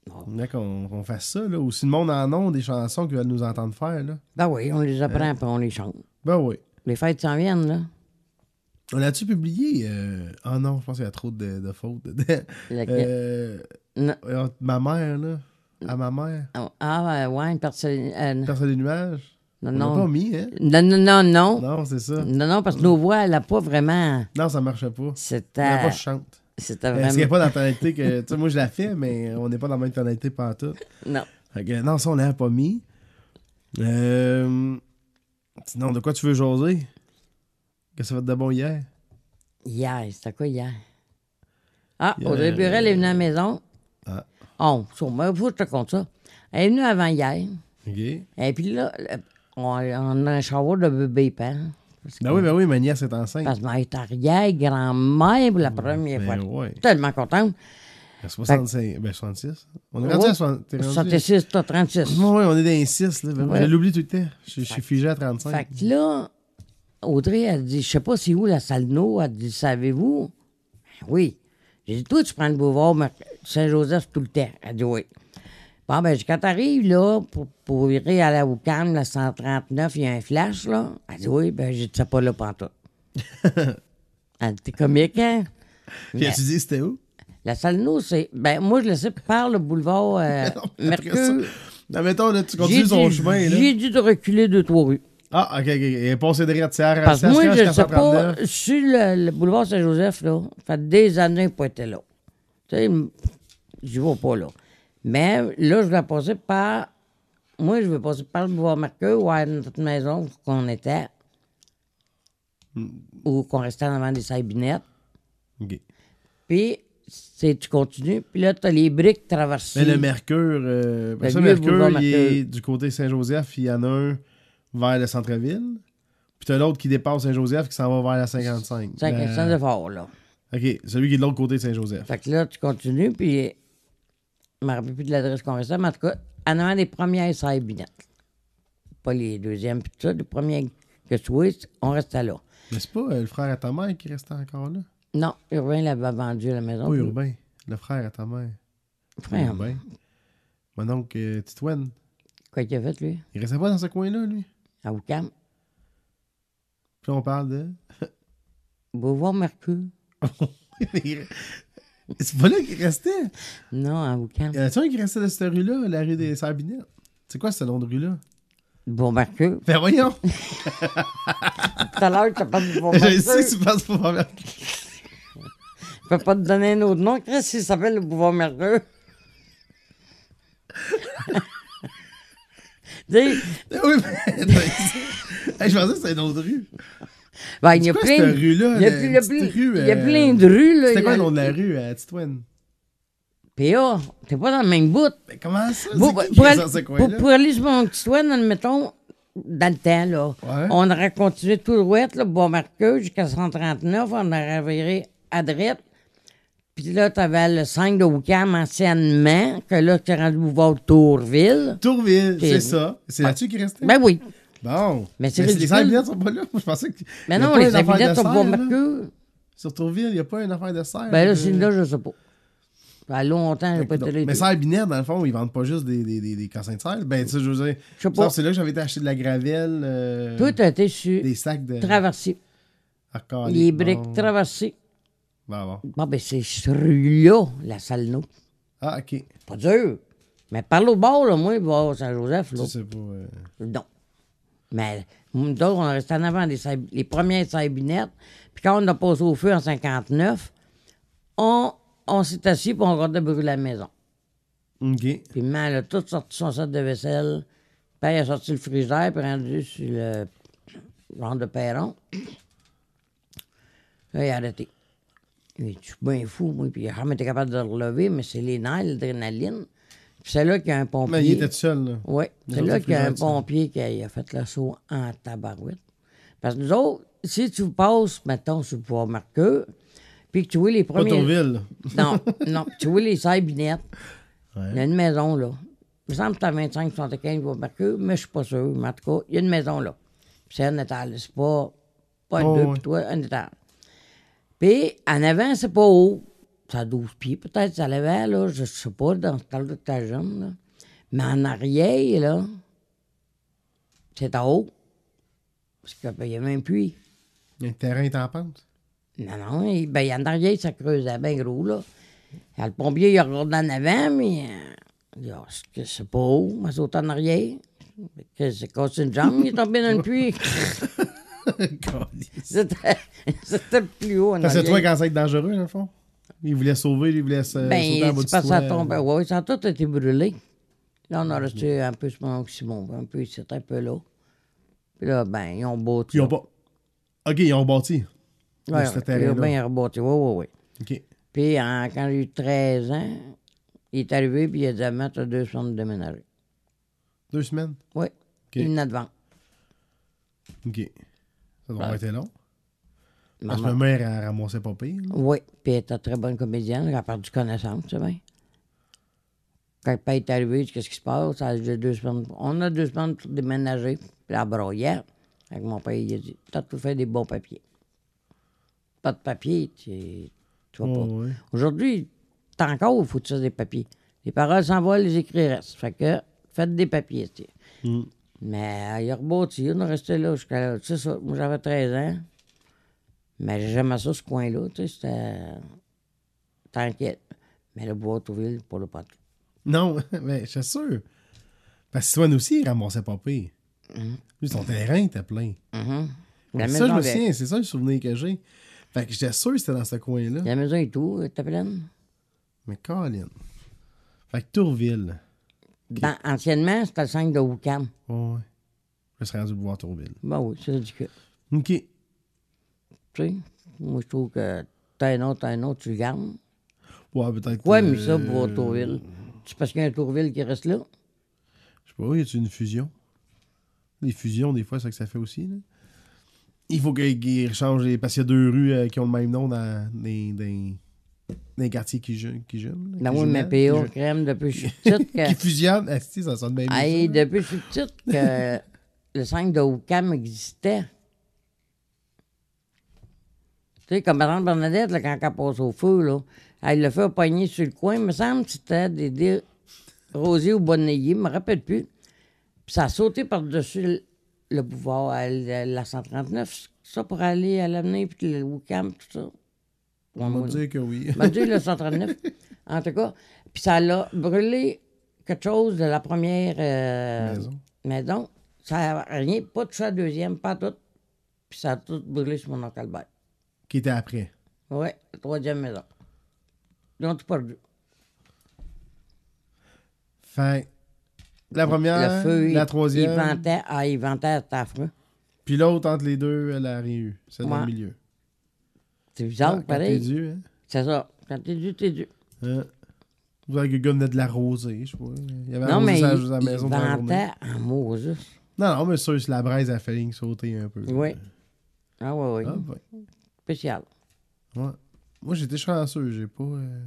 Non. Faudrait qu'on qu'on fasse ça, là. Ou si le monde en a des chansons qu'ils veulent nous entendre faire, là. ben oui, on les Hein? apprend puis on les chante. Ben oui. Les fêtes s'en viennent, là. On a-tu publié. euh, Ah non, je pense qu'il y a trop de, de fautes dedans. Laquelle- Euh, Non. euh, Ma mère, là. À ma mère. Ah, euh, ouais, une personne. euh, non, Personne des nuages. non, On l'a pas non. mis, hein? Non, non, non, non. Non, c'est ça. Non, non, parce que nos voix, elle a pas vraiment. Non, ça marche pas. On n'a C'était. pas, je chante. C'était Parce qu'il n'y a vraiment. pas dans la tonalité que. Tu sais, moi, je la fais, mais on n'est pas dans la même tonalité pas tout. Non. Fait que, non, ça, on l'a pas mis. Euh, Sinon, de quoi tu veux jaser? Qu'est-ce que ça fait de bon hier? Hier, c'était quoi hier? Ah, Hier, Audrey Burel est venue à la maison. Ah. Oh, sûrement, faut que je te compte ça. Elle est venue avant hier. OK. Et puis là, le- on, on a un shower de bébé père. Parce que, Ben oui, ben oui, ma nièce est enceinte. parce que ma arrière grand-mère pour la première Ben fois. ouais. Tellement contente. À 65, ben 66. On est rendu Oh, Ouais. à 60, t'es rendu- 66, t'as 36. Ouais, ouais, on est dans les 6. Là. Ben oui, Ouais. Je l'oublie tout le temps. Je, je suis figé à 35. Fait que là, Audrey, elle dit, je sais pas c'est où la salle d'eau. Elle dit, savez-vous? Ben Oui. J'ai dit, toi, tu prends le boulevard Mer- Saint-Joseph tout le temps. Elle dit, oui. Bon, ben, j'ai dit, quand t'arrives, là, pour, pour ir à la Oucam, la 139, il y a un flash, là. Elle dit, oui, ben, j'ai dit, c'est pas là pantoute. elle dit, t'es comique, hein? Puis tu dis, c'était où? La salle d'eau, c'est. Ben, moi, je le sais par le boulevard euh, Après ça, Mercure. Non, mettons, là, tu J'ai continues son dû- chemin. Là. J'ai dû te reculer deux, trois rues. Ah, OK, OK. Il est passé derrière Tiers. Parce que moi, je ne sais pas, sur le, le boulevard Saint-Joseph, là, ça fait des années que je été là. Tu sais, m- j'y vais pas là. Mais là, je vais passer par. Moi, je vais passer par le boulevard Mercure ou à notre maison où qu'on était. Hmm. Ou qu'on restait en avant des sabinettes. OK. Puis, c'est- tu continues. Puis là, tu as les briques traversées. Mais le Mercure, euh, parce que vieux Mercure, boulevard il Mercure. est du côté Saint-Joseph, il y en a un vers le centre-ville. Puis t'as l'autre qui dépasse Saint-Joseph qui s'en va vers la 55. C'est La- un sens de fort, là. OK, celui qui est de l'autre côté de Saint-Joseph. Fait que là, tu continues, puis je me rappelle plus de l'adresse qu'on restait, mais en tout cas, en avant des premières sabinettes. Pas les deuxièmes, puis tout ça, les premières que tu vois, on restait là. Mais c'est pas euh, le frère à ta mère qui restait encore là? Non, Urbain l'avait vendu la maison. Pas Urbain. Le frère à ta mère. Frère. Urbain. Mon oncle euh, Titoine, Quoi qu'il a fait, lui, il restait pas dans ce coin-là, lui. à Oucam. Puis on parle de. Beauvoir Mercure. c'est pas là qu'il restait. Non, à Oucam. Y en a-tu un qui restait de cette rue-là, la rue des Sabinettes? C'est quoi ce nom de rue-là? Bon Mercure. Ben voyons! Tout à l'heure, tu pas de Beauvoir Je Mercure. sais que tu passes pour Robert. Je peux pas te donner un autre nom, Chris, il s'appelle le Beauvoir Mercure. Dis, Oui, mais. Hey, je pensais que c'était une autre rue. ben, il y a quoi, plein cette de- rue-là, Il y la a plus- il y a petite plus- rue, il y a euh, plein de rues, là. C'était quoi Il le y a- nom de la rue euh, à Titoine? PA, t'es pas dans le même bout. Mais ben, comment ça? Bon, c'est qui pour, qui est aller, dans ce pour, coin-là? pour aller sur mon petit toit, admettons, dans le temps, là, Ouais. on aurait continué tout le ouest, là, Bois-Marqueux, jusqu'à 139, on aurait viré à droite, Puis là, t'avais le 5 de Wickham anciennement, que là, tu es rendu boulevard Tourville. Tourville, Puis- c'est ça. C'est là-dessus qu'il restait. Ben oui. Bon. Mais c'est les ridicule. serviettes sont pas là. Je pensais que. Mais y a non, pas une les affaire de affilettes, on serre, voit là. Mercure. Sur Tourville, il n'y a pas une affaire de serre. euh, Ben là, de- c'est là, je sais pas. Ça fait longtemps, j'ai pas été Donc, là. mais serre binaire, dans le fond, ils vendent pas juste des, des, des, des cassins de serre. Ben, tu sais, je veux dire. Je sais ça, pas. C'est là que j'avais été acheter de la gravelle. euh, Toi, t'as été sur des sacs de. traversé. Encore, Les bon. briques traversées. Bon, bon. Bon, ben, c'est sur là la salle nous. Ah, ok. Pas dur. Mais parle au bord, là, moi, voir Saint-Joseph, là. Ça, c'est pas. euh, Non. Mais nous autres, on restait en avant des saib- les premières saibinettes. Puis quand on a passé au feu en 59, on, on s'est assis pour on regardait brûler la maison. Ok. Puis maman, elle a tout sorti son set de vaisselle. Père a sorti le frigidaire, puis rendu sur le genre de perron. Là, il a arrêté. Il dit, je suis bien fou, moi. Puis il a jamais été capable de le relever, mais c'est les nerfs, l'adrénaline. Puis c'est là qu'il y a un pompier. Mais il était tout seul, là. Oui, Nous c'est autres, là il qu'il y a faisait un de ça. pompier qui a, il a fait le saut en tabarouette. Parce que nous autres, si tu passes, mettons, sur le pouvoir marqueur, puis que tu vois les Pas premiers... Tourville. Non, non. Tu vois les saibinettes. Ouais. Il y a une maison, là. Il me semble que c'est à 25, 75 voies Mercure, mais je suis pas sûr. Mais en tout cas, il y a une maison, là. Puis c'est un étage. C'est pas, pas Oh, deux, ouais. puis toi, un étage. Puis en avant, c'est pas haut. Ça a 12 pieds, peut-être, ça l'avait, là. Je sais pas, dans ce temps-là, t'es jeune, là. Mais en arrière, là, c'est en haut. Parce qu'il y avait un puits. Le terrain est en pente. Non, non, il, ben, en arrière, ça creusait bien gros, là. Alors, le pompier, il a regardé en avant, mais euh, il a dit, que c'est pas haut, mais sauté en arrière. Que c'est cassé une jambe, il est tombé dans le puits. Parce C'était c'était plus haut. en que arrière. toi, quand ça va être dangereux, dans le fond. Ils voulaient sauver, ils voulaient se- sauter en Ben, bas tu du passes toit. à tomber. Oui, ça a tout été brûlé. Là, on a resté un peu ce moment que Simon, un peu ici, un peu là. Puis là, ben, ils ont bâti. Puis ils ont pas. Ok, ils ont bâti. Ouais, de ce ouais, ils terrain-là. ont bien rebâti. Oui, oui, oui. Ok. Puis en- quand j'ai eu 13 ans, il est arrivé puis il a dit à tu as deux semaines de déménager. Deux semaines. Oui. Il venait de vendre. Ok. Ça doit Ouais. avoir été long. Parce que Maman. ma mère, elle ramassait pas pire. là. Oui. Puis elle était très bonne comédienne. Elle a perdu connaissance, tu sais bien. Quand le père est arrivé, il dit Qu'est-ce qui se passe Elle a dit, J'ai deux semaines. On a deux semaines pour déménager. Puis la broyère. Avec mon père, il a dit T'as tout fait des bons papiers. Pas de papier, tu, tu vas pas. Oh, ouais. Aujourd'hui, t'as encore, il faut que tu fasses des papiers. Les paroles s'envolent, les écrits restent. Fait que, faites des papiers, tu sais. Mm. Mais euh, il a rebâti, on est resté là jusqu'à là. Tu sais ça, moi j'avais 13 ans. Mais j'aimais ça, ce coin-là, tu sais, c'était... euh, T'inquiète. Mais le bois Tourville, pour le pas. Non, mais je suis sûr. Parce que Swan aussi, il ramassait pas pire. Lui, son terrain était plein. La ça, je maison, me avait- souviens, c'est ça le souvenir que j'ai. Fait que j'étais sûr que c'était dans ce coin-là. la maison et tout, euh, était pleine. Mais Colin. Fait que Tourville. Dans- Ben, anciennement, c'était le 5 de Woucam. Ouais. Je serais rendu voir Tourville. Ben oui, c'est ridicule. OK. Tu sais, moi je trouve que t'as un autre, t'as un autre, tu le gardes. Ouais, peut-être. Quoi, euh, mais ça, pour Tourville? C'est parce qu'il y a un Tourville qui reste là? Je sais pas, y a-tu une fusion? Les fusions, des fois, c'est ça que ça fait aussi. Là. Il faut que- qu'ils rechangent. les- Parce qu'il y a deux rues euh, qui ont le même nom dans les, dans les quartiers qui jeunes. Qui jeunes Ben oui, mais P.O. crème, depuis que je suis petite Qui que. fusionnent. Ah, si, ça sonne bien. mieux, Hey, ça. depuis que je suis petite que le 5 de Oucam existait. Tu sais, comme Madame Bernadette, là, quand elle passe au feu, là, elle le fait pogner sur le coin. Il me semble que c'était des, des rosiers ou bonneillés, je me rappelle plus. Puis ça a sauté par-dessus le, le boulevard, à la la 139, ça pour aller à l'avenir, puis le Oucam, tout ça. On va dire que oui. m'a dit le 139. En tout cas, puis ça l'a brûlé quelque chose de la première euh, Maison. maison. Ça a rien, pas touché à la deuxième, pas tout. Puis ça a tout brûlé sur mon oncle Albert. qui était après. Oui, la troisième maison. Ils ont tout perdu. Fait que la première, le feu, Hein? la il- troisième, Il ventait, ah, il ventait, c'était affreux. puis l'autre entre les deux, la rue, celle dans le Ouais. milieu. C'est bizarre, Ah, quand t'es pareil. dû, hein? C'est ça. Quand t'es dû, t'es dû. Hein? Vous avez que le gars venait de la rosée, je sais pas. Il avait Non, arrosé mais il, sa- sa il maison dans la journée. ventait en Moses. Non, non, mais sûr, c'est la braise à fait ligne sauter un peu. Oui. Ah oui, oui. Ah, ouais. Spécial. Ouais. Moi, j'étais chanceux. J'ai pas, euh,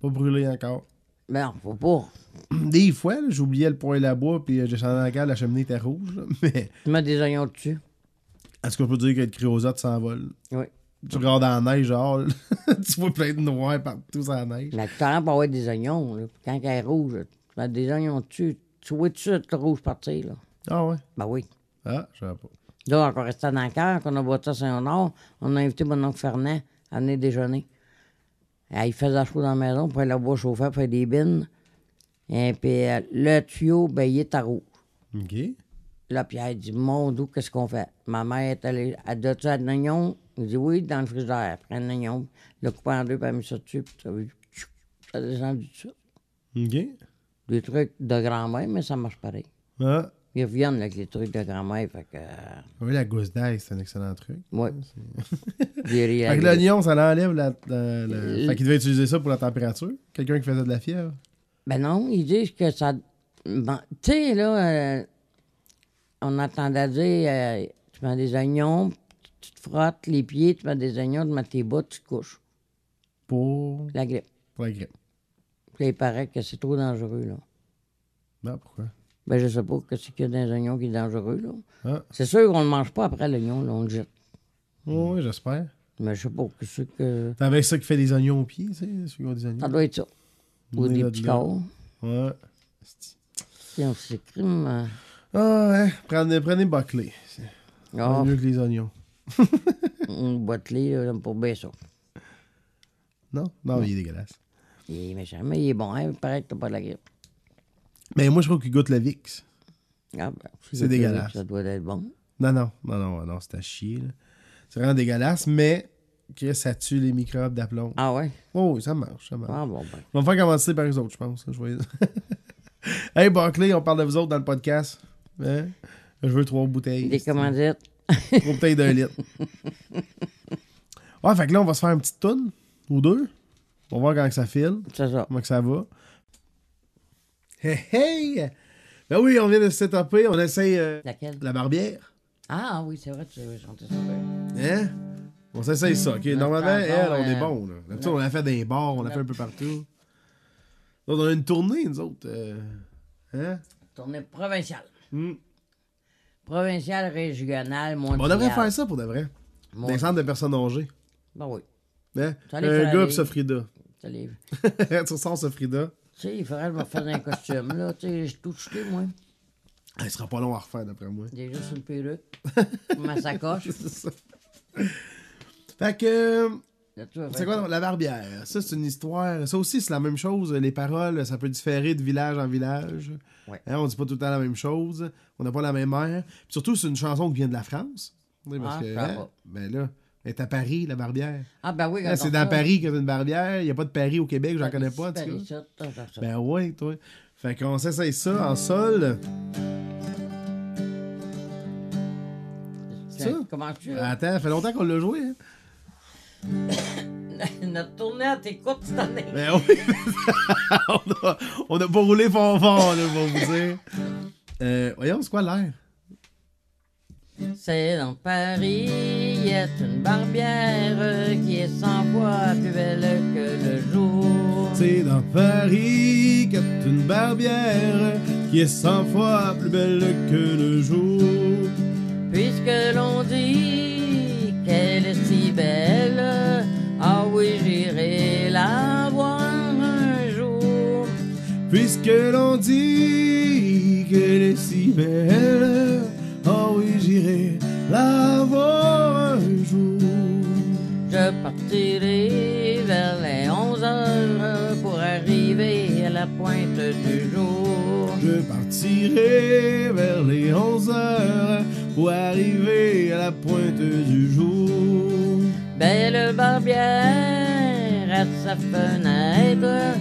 pas brûlé encore. Mais non, Ben, faut pas. Des fois, là, j'oubliais le poêle à bois, puis euh, j'ai changé la cale, la cheminée était rouge. là, Mais Tu mets des oignons dessus. est-ce qu'on peut dire que le criosote s'envole? Oui. Tu regardes dans la neige, genre, tu vois plein de noirs partout sur la neige. La cuillère pour avoir des oignons, là. quand elle est rouge, là, tu mets des oignons dessus. Tu vois tout de suite le rouge partir. Là. Ah ouais? Ben oui. Ah, je savais pas. Là, encore restant dans le cœur, quand on a bâti à Saint-Honor, on a invité mon oncle Fernand à venir déjeuner. Et il faisait chaud dans la maison, puis la bois chauffait, puis des bines. Et puis euh, le tuyau, ben, il est à rouge. OK. Là, puis elle dit, mon doux, qu'est-ce qu'on fait? Ma mère est allée, elle dit, tu un oignon? Il dit, oui, dans le frigidaire. Prends un oignon, le coupe en deux, puis elle met ça dessus, puis ça, tchou, ça descend du dessus. OK. Des trucs de grand-mère, mais ça marche pareil. Ah. Ils reviennent avec les trucs de grand-mère, fait que... euh, Oui, la gousse d'ail, c'est un excellent truc. ouais. Fait Des que réalités. l'oignon, ça l'enlève. La, la- la- Fait qu'il devait utiliser ça pour la température. Quelqu'un qui faisait de la fièvre. Ben non, ils disent que ça. Bon, tu sais, là, euh, on entendait dire euh, tu mets des oignons, tu te frottes les pieds, tu mets des oignons, tu mets tes bas, tu te couches. Pour La grippe. pour la grippe. Puis là, il paraît que c'est trop dangereux, là. Non, pourquoi? Ben, je sais pas que c'est qu'il y a des oignons qui est dangereux, là. Ah. C'est sûr qu'on ne mange pas après l'oignon, là, on le jette. Oui, j'espère. Mais je sais pas que c'est que. T'as avec ça qui fait des oignons aux pieds, tu sais, ceux qui ont des Ça oignons. doit être ça. On Ou est des là petits dedans. corps. Ouais. Asti. Puis on s'est crime. euh, Ah, ouais. Prenez, prenez Buckley. C'est Ah, mieux que les oignons. une boîte là, pour bien ça. Non? Non, il est dégueulasse. Il est méchant, mais il est bon, hein. Il paraît que t'as pas de la grippe. Mais moi, je trouve qu'il goûte le VIX. Ah ben, C'est dégueulasse. Ça doit être bon. Non, non, non, non, non, c'est à chier. là. C'est vraiment dégueulasse, mais Chris, ça tue les microbes d'aplomb. Ah ouais? Oh, ça marche, ça marche. Ah bon, ben. On va me faire commencer par les autres, je pense. Je vais- hey, Barclay, on parle de vous autres dans le podcast. Hein? Je veux trois bouteilles. Des commandites. Trois bouteilles d'un litre. Ouais, fait que là, on va se faire une petite toune ou deux. On va voir comment que ça file, C'est ça. comment que ça va. Hey, hey! Ben oui, on vient de se taper, on essaye euh, Laquelle? la barbière. Ah oui, c'est vrai, tu avais chanté ça. ben. Hein? On s'essaye ça, Mm. ok? Normalement, c'est elle, encore, on est euh, bon. Là. D'habitude, on l'a fait dans les bars, on l'a fait un peu partout. Nous autres, on a une tournée, nous autres. euh, Hein? Tournée provinciale. Hmm. Provinciale, régionale, Ben, mondiale. on devrait faire ça pour de vrai. Mon- Des centres de personnes âgées. Ben oui. Hein? Ça allait Un faire gars aller. pis Sofrida. Ça les- Tu tu ressors Sofrida. sais, il faudrait que je me fasse un costume, là. Tu sais, je suis tout chuté, moi. Elle sera pas long à refaire, d'après moi. J'ai juste une perruque. ma sacoche. C'est ça. Fait que, euh, Là, tu vas c'est faire quoi ça. donc, la barbière? Ça, c'est une histoire. Ça aussi, c'est la même chose. Les paroles, ça peut différer de village en village. Ouais. Hein, on dit pas tout le temps la même chose. On n'a pas la même air. Puis surtout, c'est une chanson qui vient de la France. Tu sais, Parce Ah, que, ça hein, va. ben là, elle est à Paris, la barbière. Ah ben oui, Hein, c'est dans Paris qu'il y a une barbière. Il n'y a pas de Paris au Québec, j'en connais pas. en tout cas. cas. Ben ouais, toi. Fait qu'on s'essaye ça en sol. ça? Ah. Comment tu... Attends, ça fait longtemps qu'on l'a joué. Hein? Notre tournée, elle t'écoute cette année. Ben oui, on, a, on a pas roulé fort fort, là, pour vous dire. Euh, voyons, c'est quoi l'air? ben. C'est dans Paris, il y a une barbière qui est cent fois plus belle que le jour. C'est dans Paris qu'il y a une barbière qui est 100 fois plus belle que le jour. Puisque l'on dit qu'elle est si belle, ah oui, j'irai la voir un jour. Puisque l'on dit qu'elle est si belle, oh oui, j'irai la voir un jour. Je partirai vers les 11 heures pour arriver à la pointe du jour. Je partirai vers les 11 heures pour arriver à la pointe du jour. Belle barbière à sa fenêtre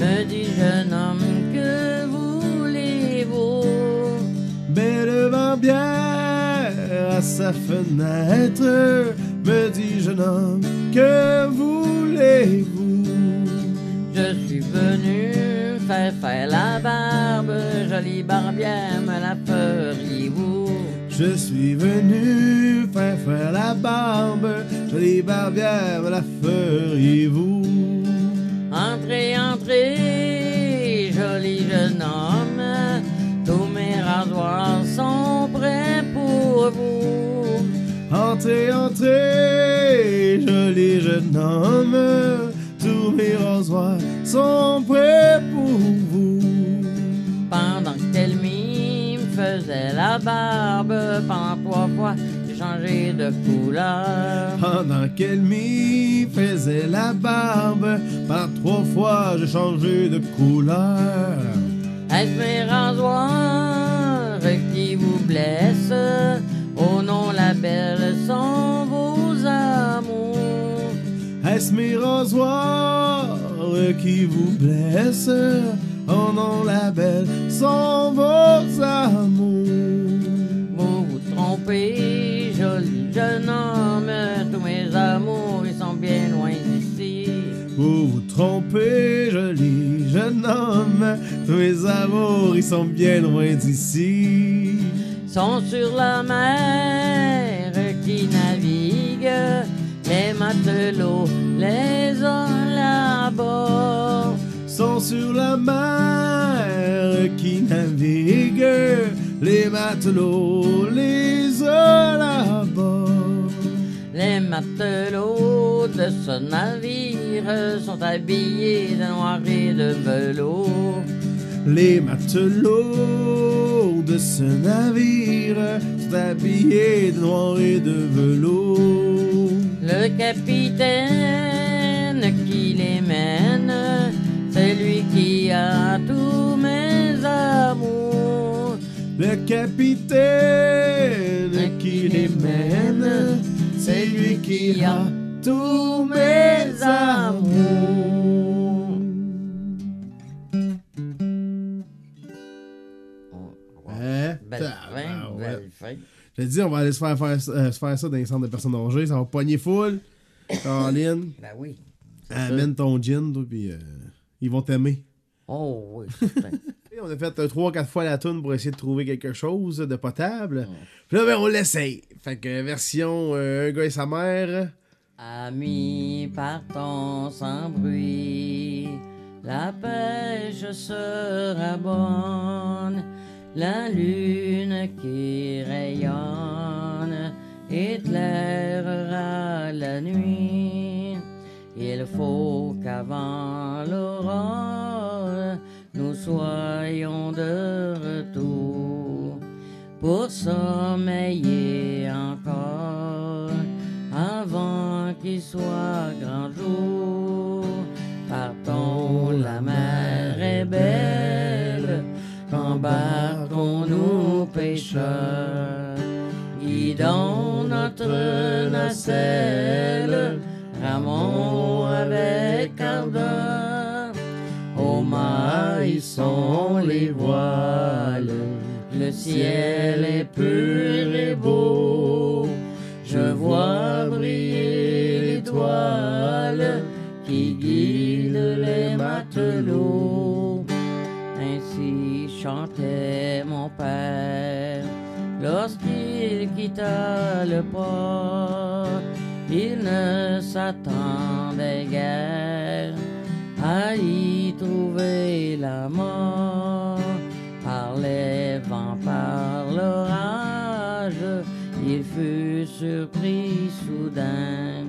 me dit jeune homme que voulez-vous Belle barbière à sa fenêtre me dit jeune homme que voulez-vous Je suis venu faire faire la barbe, jolie barbière me la feriez-vous Je suis venu faire faire la barbe, jolie barbière, me la feriez-vous? Entrez, entrez, joli jeune homme, tous mes rasoirs sont prêts pour vous. Entrez, entrez, joli jeune homme, tous mes rasoirs sont prêts pour vous. Pendant que Telmi me faisait la barbe, pendant trois fois, j'ai changé de couleur. Pendant qu'elle m'y faisait la barbe, par trois fois j'ai changé de couleur. Est-ce mes rasoirs qui vous blessent? Oh non, la belle sont vos amours. Est-ce mes rasoirs qui vous blessent? Oh non, la belle, sont vos amours. Vous vous trompez, joli jeune homme. Tous mes amours, ils sont bien loin d'ici. Vous vous trompez, joli jeune homme. Tous mes amours, ils sont bien loin d'ici. Ils Sont sur la mer qui navigue. Les matelots les ont là-bas. Sont sur la mer qui navigue. Les matelots, les ont là-bas. Les matelots de ce navire sont habillés de noir et de velours. Les matelots de ce navire sont habillés de noir et de velours. Le capitaine qui les mène, c'est lui qui a tous mes amours. Le capitaine qui les mène, c'est lui qui a tous mes amours. Hein? Belle fin, Tabarouette. belle fin. J'ai dit, on va aller se faire, faire, euh, se faire ça dans les centres de personnes âgées. Ça va pogner full. Caroline, Ben oui. amène ton gin, toi, puis euh, ils vont t'aimer. Oh oui, certain. Et On a fait 3-4 fois la toune pour essayer de trouver quelque chose de potable. Puis là, ben, on l'essaye. Fait que version euh, Un gars et sa mère. Amis, partons sans bruit. La pêche sera bonne. La lune qui rayonne éclairera la nuit. Il faut qu'avant l'aurore, nous soyons de retour pour sommeiller encore avant qu'il soit grand jour. Partons, la mer est belle, embarquons-nous pêcheurs, guidons notre nacelle, ramons avec ardeur. Au mailles sont les voiles, le ciel est pur et beau. Je vois briller l'étoile qui guide les matelots. Ainsi chantait mon père lorsqu'il quitta le port. Il ne s'attendait guère à y trouver la mort. Par les vents, par l'orage, il fut surpris soudain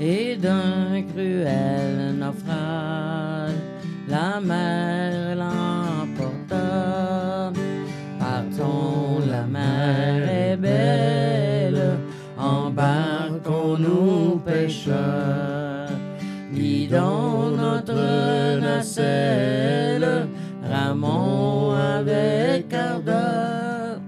et d'un cruel naufrage, la mer l'emporta. Partons, la mer est belle, embarquons-nous pêcheurs, guidons notre nacelle, ramons avec ardeur.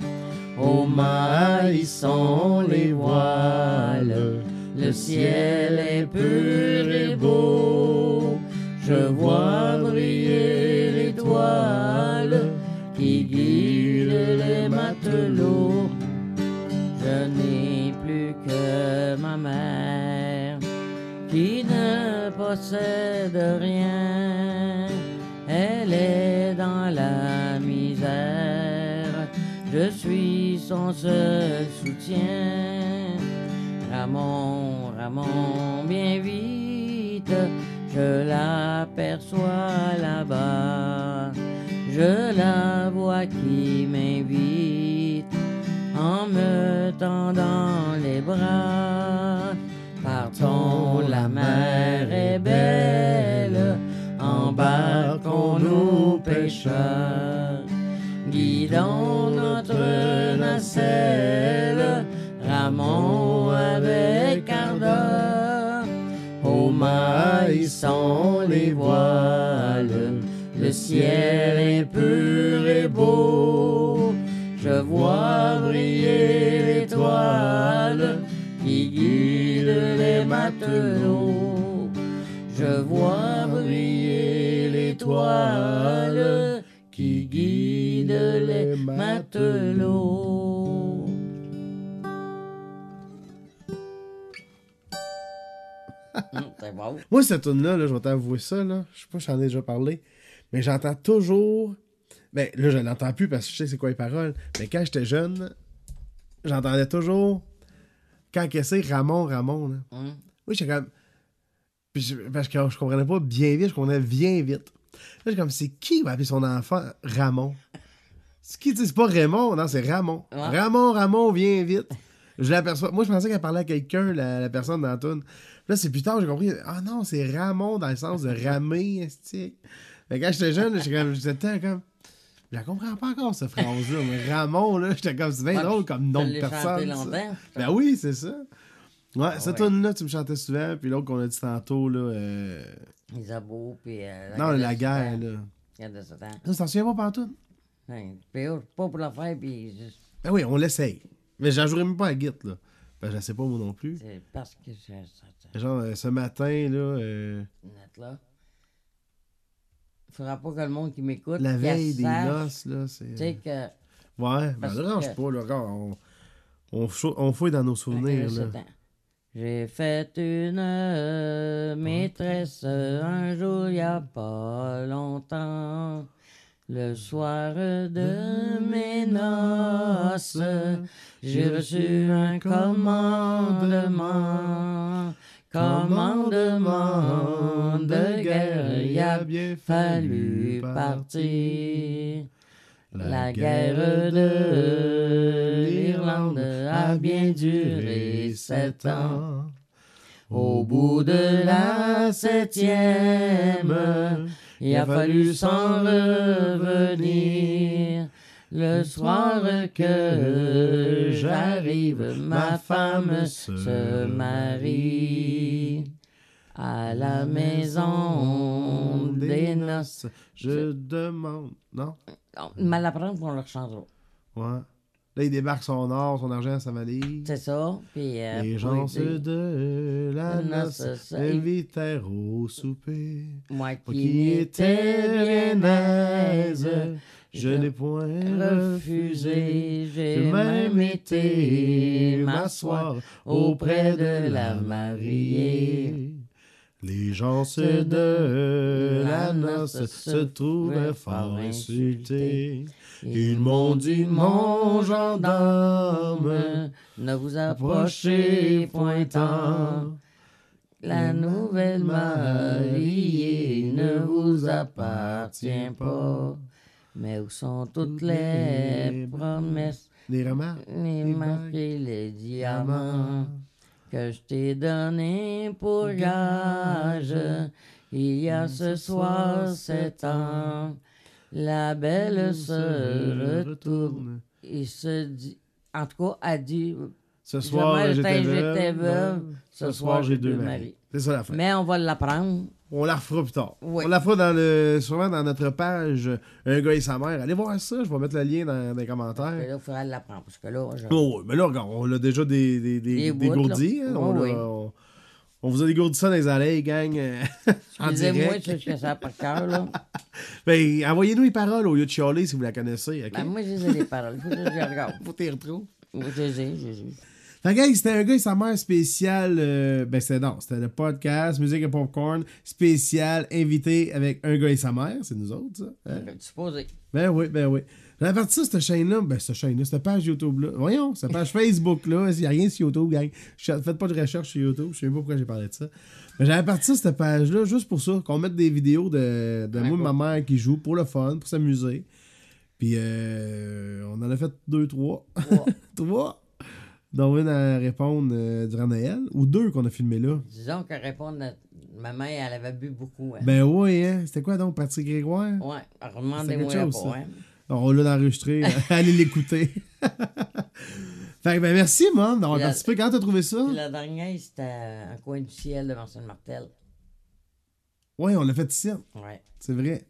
Au mailles sont les voiles, le ciel est pur et beau. Je vois briller l'étoile qui guide les matelots. Je n'ai plus que ma mère qui ne possède rien. Elle est dans la misère, Je suis son seul soutien. Ramon, Ramon, bien vite, je l'aperçois là-bas. Je la vois qui m'invite en me tendant les bras. Partons, la mer est belle, embarquons-nous, pêcheurs. Guidons notre nacelle, ramons avec ardeur. Au mailles sont les voiles, le ciel est pur et beau. Je vois briller l'étoile qui guide les matelots. Je vois briller l'étoile qui guide les matelots. Hum, C'est bon. Moi, cette tune-là, là, je vais t'avouer ça, là. Je sais pas si j'en ai déjà parlé, mais j'entends toujours. Ben, là, je l'entends plus parce que je sais c'est quoi les paroles. Mais quand j'étais jeune, j'entendais toujours. Quand que c'est Ramon, Ramon, là. Hum. Oui, j'étais comme. Puis je- parce que je comprenais pas bien vite, je comprenais bien vite. Là, j'étais comme, c'est qui qui va appeler son enfant Ramon C'est qui, tu sais, c'est pas Raymond, non, c'est Ramon. Ouais. Ramon, Ramon, viens vite. Je l'aperçois. Moi, je pensais qu'elle parlait à quelqu'un, la, la personne dans la toune. Puis Là, c'est plus tard, j'ai compris. Ah non, c'est Ramon dans le sens de ramer, esti. Fait que quand j'étais jeune, j'étais comme, j'étais tout le temps comme. Je la comprends pas encore, cette phrase-là. mais Ramon, là, j'étais comme, c'est bien Ouais, drôle comme nom tu de l'as chanté personne. ça. longtemps? Ah Ben oui, c'est ça. Ouais, cette ouais. tune-là, tu me chantais souvent, puis l'autre qu'on a dit tantôt, là. euh, Les abos, puis. euh, Non, la Cadence guerre, Satan. là. Cadence Satan. Ça, tu t'en souviens pas, Pantoute? Hein, puis, oh, pas pour la faire, puis je- Ben oui, on l'essaye. Mais j'en jouerai même pas à Git, là. Ben, je la sais pas, moi non plus. c'est parce que c'est ça. ça- Genre, euh, ce matin, là, euh, net là. Faudra pas que le monde qui m'écoute. la qu'elle veille des sache, noces, là, Tu sais c'est. que. Ouais, ben, parce ça dérange que- pas, là. Regarde, on, on, fou- on fouille dans nos souvenirs, là. Attends. J'ai fait une euh, maîtresse euh, un jour, il n'y a pas longtemps. Le soir de mes noces, j'ai reçu un commandement. Commandement de guerre, il a bien fallu partir. La guerre de l'Irlande a bien duré sept ans. Au bout de la septième, il a fallu s'en revenir. Le soir que j'arrive, ma femme se marie. À la maison des noces. Je demande. Non? On- Mal à prendre qu'on le rechantera. Ouais. Là, il débarque son or, son argent, sa valise. C'est ça. Puis, euh, Les pour gens aider. de la La noce noce, ça, invitèrent au souper. Moi Moi qui était bien aise, je n'ai point refusé. refusé, j'ai J'ai même été m'asseoir auprès de la mariée. Les gens se de la noce se trouvaient fort insultés. Ils m'ont dit, mon gendarme, ne vous approchez approchez point tant. pointant. La nouvelle mariée ne vous appartient pas. Mais où sont toutes les promesses, Des remarques? les marques et les diamants que je t'ai donné pour gage il y a ce soir sept ans? La belle se retourne il se dit. En tout cas, a dit. Ce Jamais soir, j'étais j'étais- veuve. j'étais veuve. Ce soir, j'ai deux maris. C'est ça la fin. Mais on va l'apprendre. On la refera plus tard. Oui. On la refera dans le, sûrement dans notre page euh, Un gars et sa mère. Allez voir ça, je vais mettre le lien dans, dans les Parce que commentaires. là, il faudra l'apprendre. Parce que là, je- Oh, ouais, mais là, regarde, on l'a déjà des, des, des, Des des bouts, gourdis. là. hein. on, Oui, l'a- oui. on- on vous a dégourdi ça dans les oreilles, gang. euh, en Excusez-moi, direct. c'est ce que ça a par cœur, là. Ben, envoyez-nous les paroles au lieu de chialer si vous la connaissez. OK? Ben, moi, je les ai des paroles. Faut que je les regarde. Faut que t'y retrouves. Moi, je les ai, je les ai. Fait que, gang, c'était un gars et sa mère spécial. euh, ben, c'était non, c'était le podcast Musique et Popcorn spécial invité avec un gars et sa mère. C'est nous autres, ça. hein? Je vais te supposer. Ben oui, ben oui. J'avais parti ça, cette chaîne-là. Ben, cette chaîne-là, cette page YouTube-là. Voyons, cette page Facebook-là. Il n'y a rien sur YouTube, gang. Je ne faites pas de recherche sur YouTube. Je sais même pas pourquoi j'ai parlé de ça. Mais j'avais parti ça, cette page-là, juste pour ça. Qu'on mette des vidéos de, de Ouais, moi et ouais. ma mère qui joue pour le fun, pour s'amuser. Puis, euh, on en a fait deux, trois. Trois. trois. Dont une à répondre euh, durant Noël. Ou deux qu'on a filmé là. Disons que répondre à ma mère, elle avait bu beaucoup. hein. Ben oui, hein. C'était quoi donc, Patrick Grégoire? Ouais, C'est remandez-moi quelque chose, pas. ça. hein. On l'a enregistré. Allez l'écouter. fait que ben merci, Mom, d'avoir Puis la- participé. Quand t'as trouvé ça? Puis la dernière, c'était un coin du ciel de Marcel Martel. Ouais, on l'a fait ici. Ouais. C'est vrai.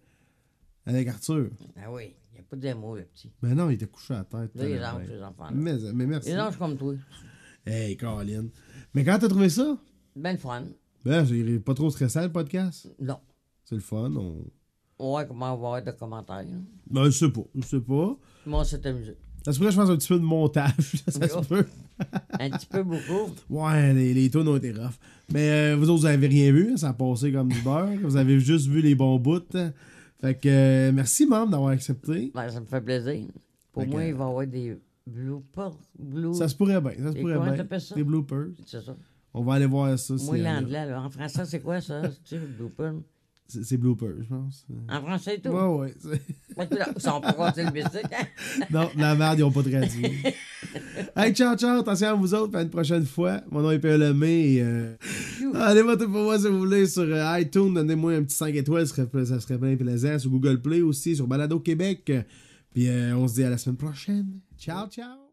Avec Arthur. Ah oui, il n'y a pas de mots, le petit. Ben non, il était couché à la tête. Là, ils Ben, anges, ces enfants-là. mais, mais merci. Ils anges comme toi. Hey, Caroline. Mais quand t'as trouvé ça? Ben le fun. Ben, j'ai pas trop stressé le podcast. Non. C'est le fun. On... On va voir comment on va avoir de commentaires. là. Ben, je sais pas. Je sais pas. Moi, c'est amusé. Ça se pourrait que je fasse un petit peu de montage. Ça se peut. Un petit peu beaucoup. Ouais, les, les tunes ont été rough. Mais euh, vous autres, vous avez rien vu, ça a passé comme du beurre. Vous avez juste vu les bons bouts. hein. Fait que euh, merci, Mam, d'avoir accepté. Ben, ça me fait plaisir. Pour Fait que- moi, il va y avoir des bloopers. Blue... Ça se pourrait bien, ça se Et pourrait comment bien. t'appelles ça? Des bloopers. C'est ça. On va aller voir ça. euh, Moi, s'il y en a. l'anglais, là. En français, c'est quoi ça? C'est bloopers. C'est c'est bloopers, je pense. En français, tout. Ouais, ouais. c'est- Moi, tout là. Ça, on peut raconter le hein. biscuit. non, la merde, ils ont pas traduit. hey, ciao, ciao. Attention à vous autres. puis À une prochaine fois. Mon nom est E Pierre Lemay. et, euh, Allez voter pour moi si vous voulez sur euh, iTunes. Donnez-moi un petit 5 étoiles. Ça serait, ça serait bien plaisant. Sur Google Play aussi. Sur Balado Québec. Puis euh, on se dit à la semaine prochaine. Ciao, ciao.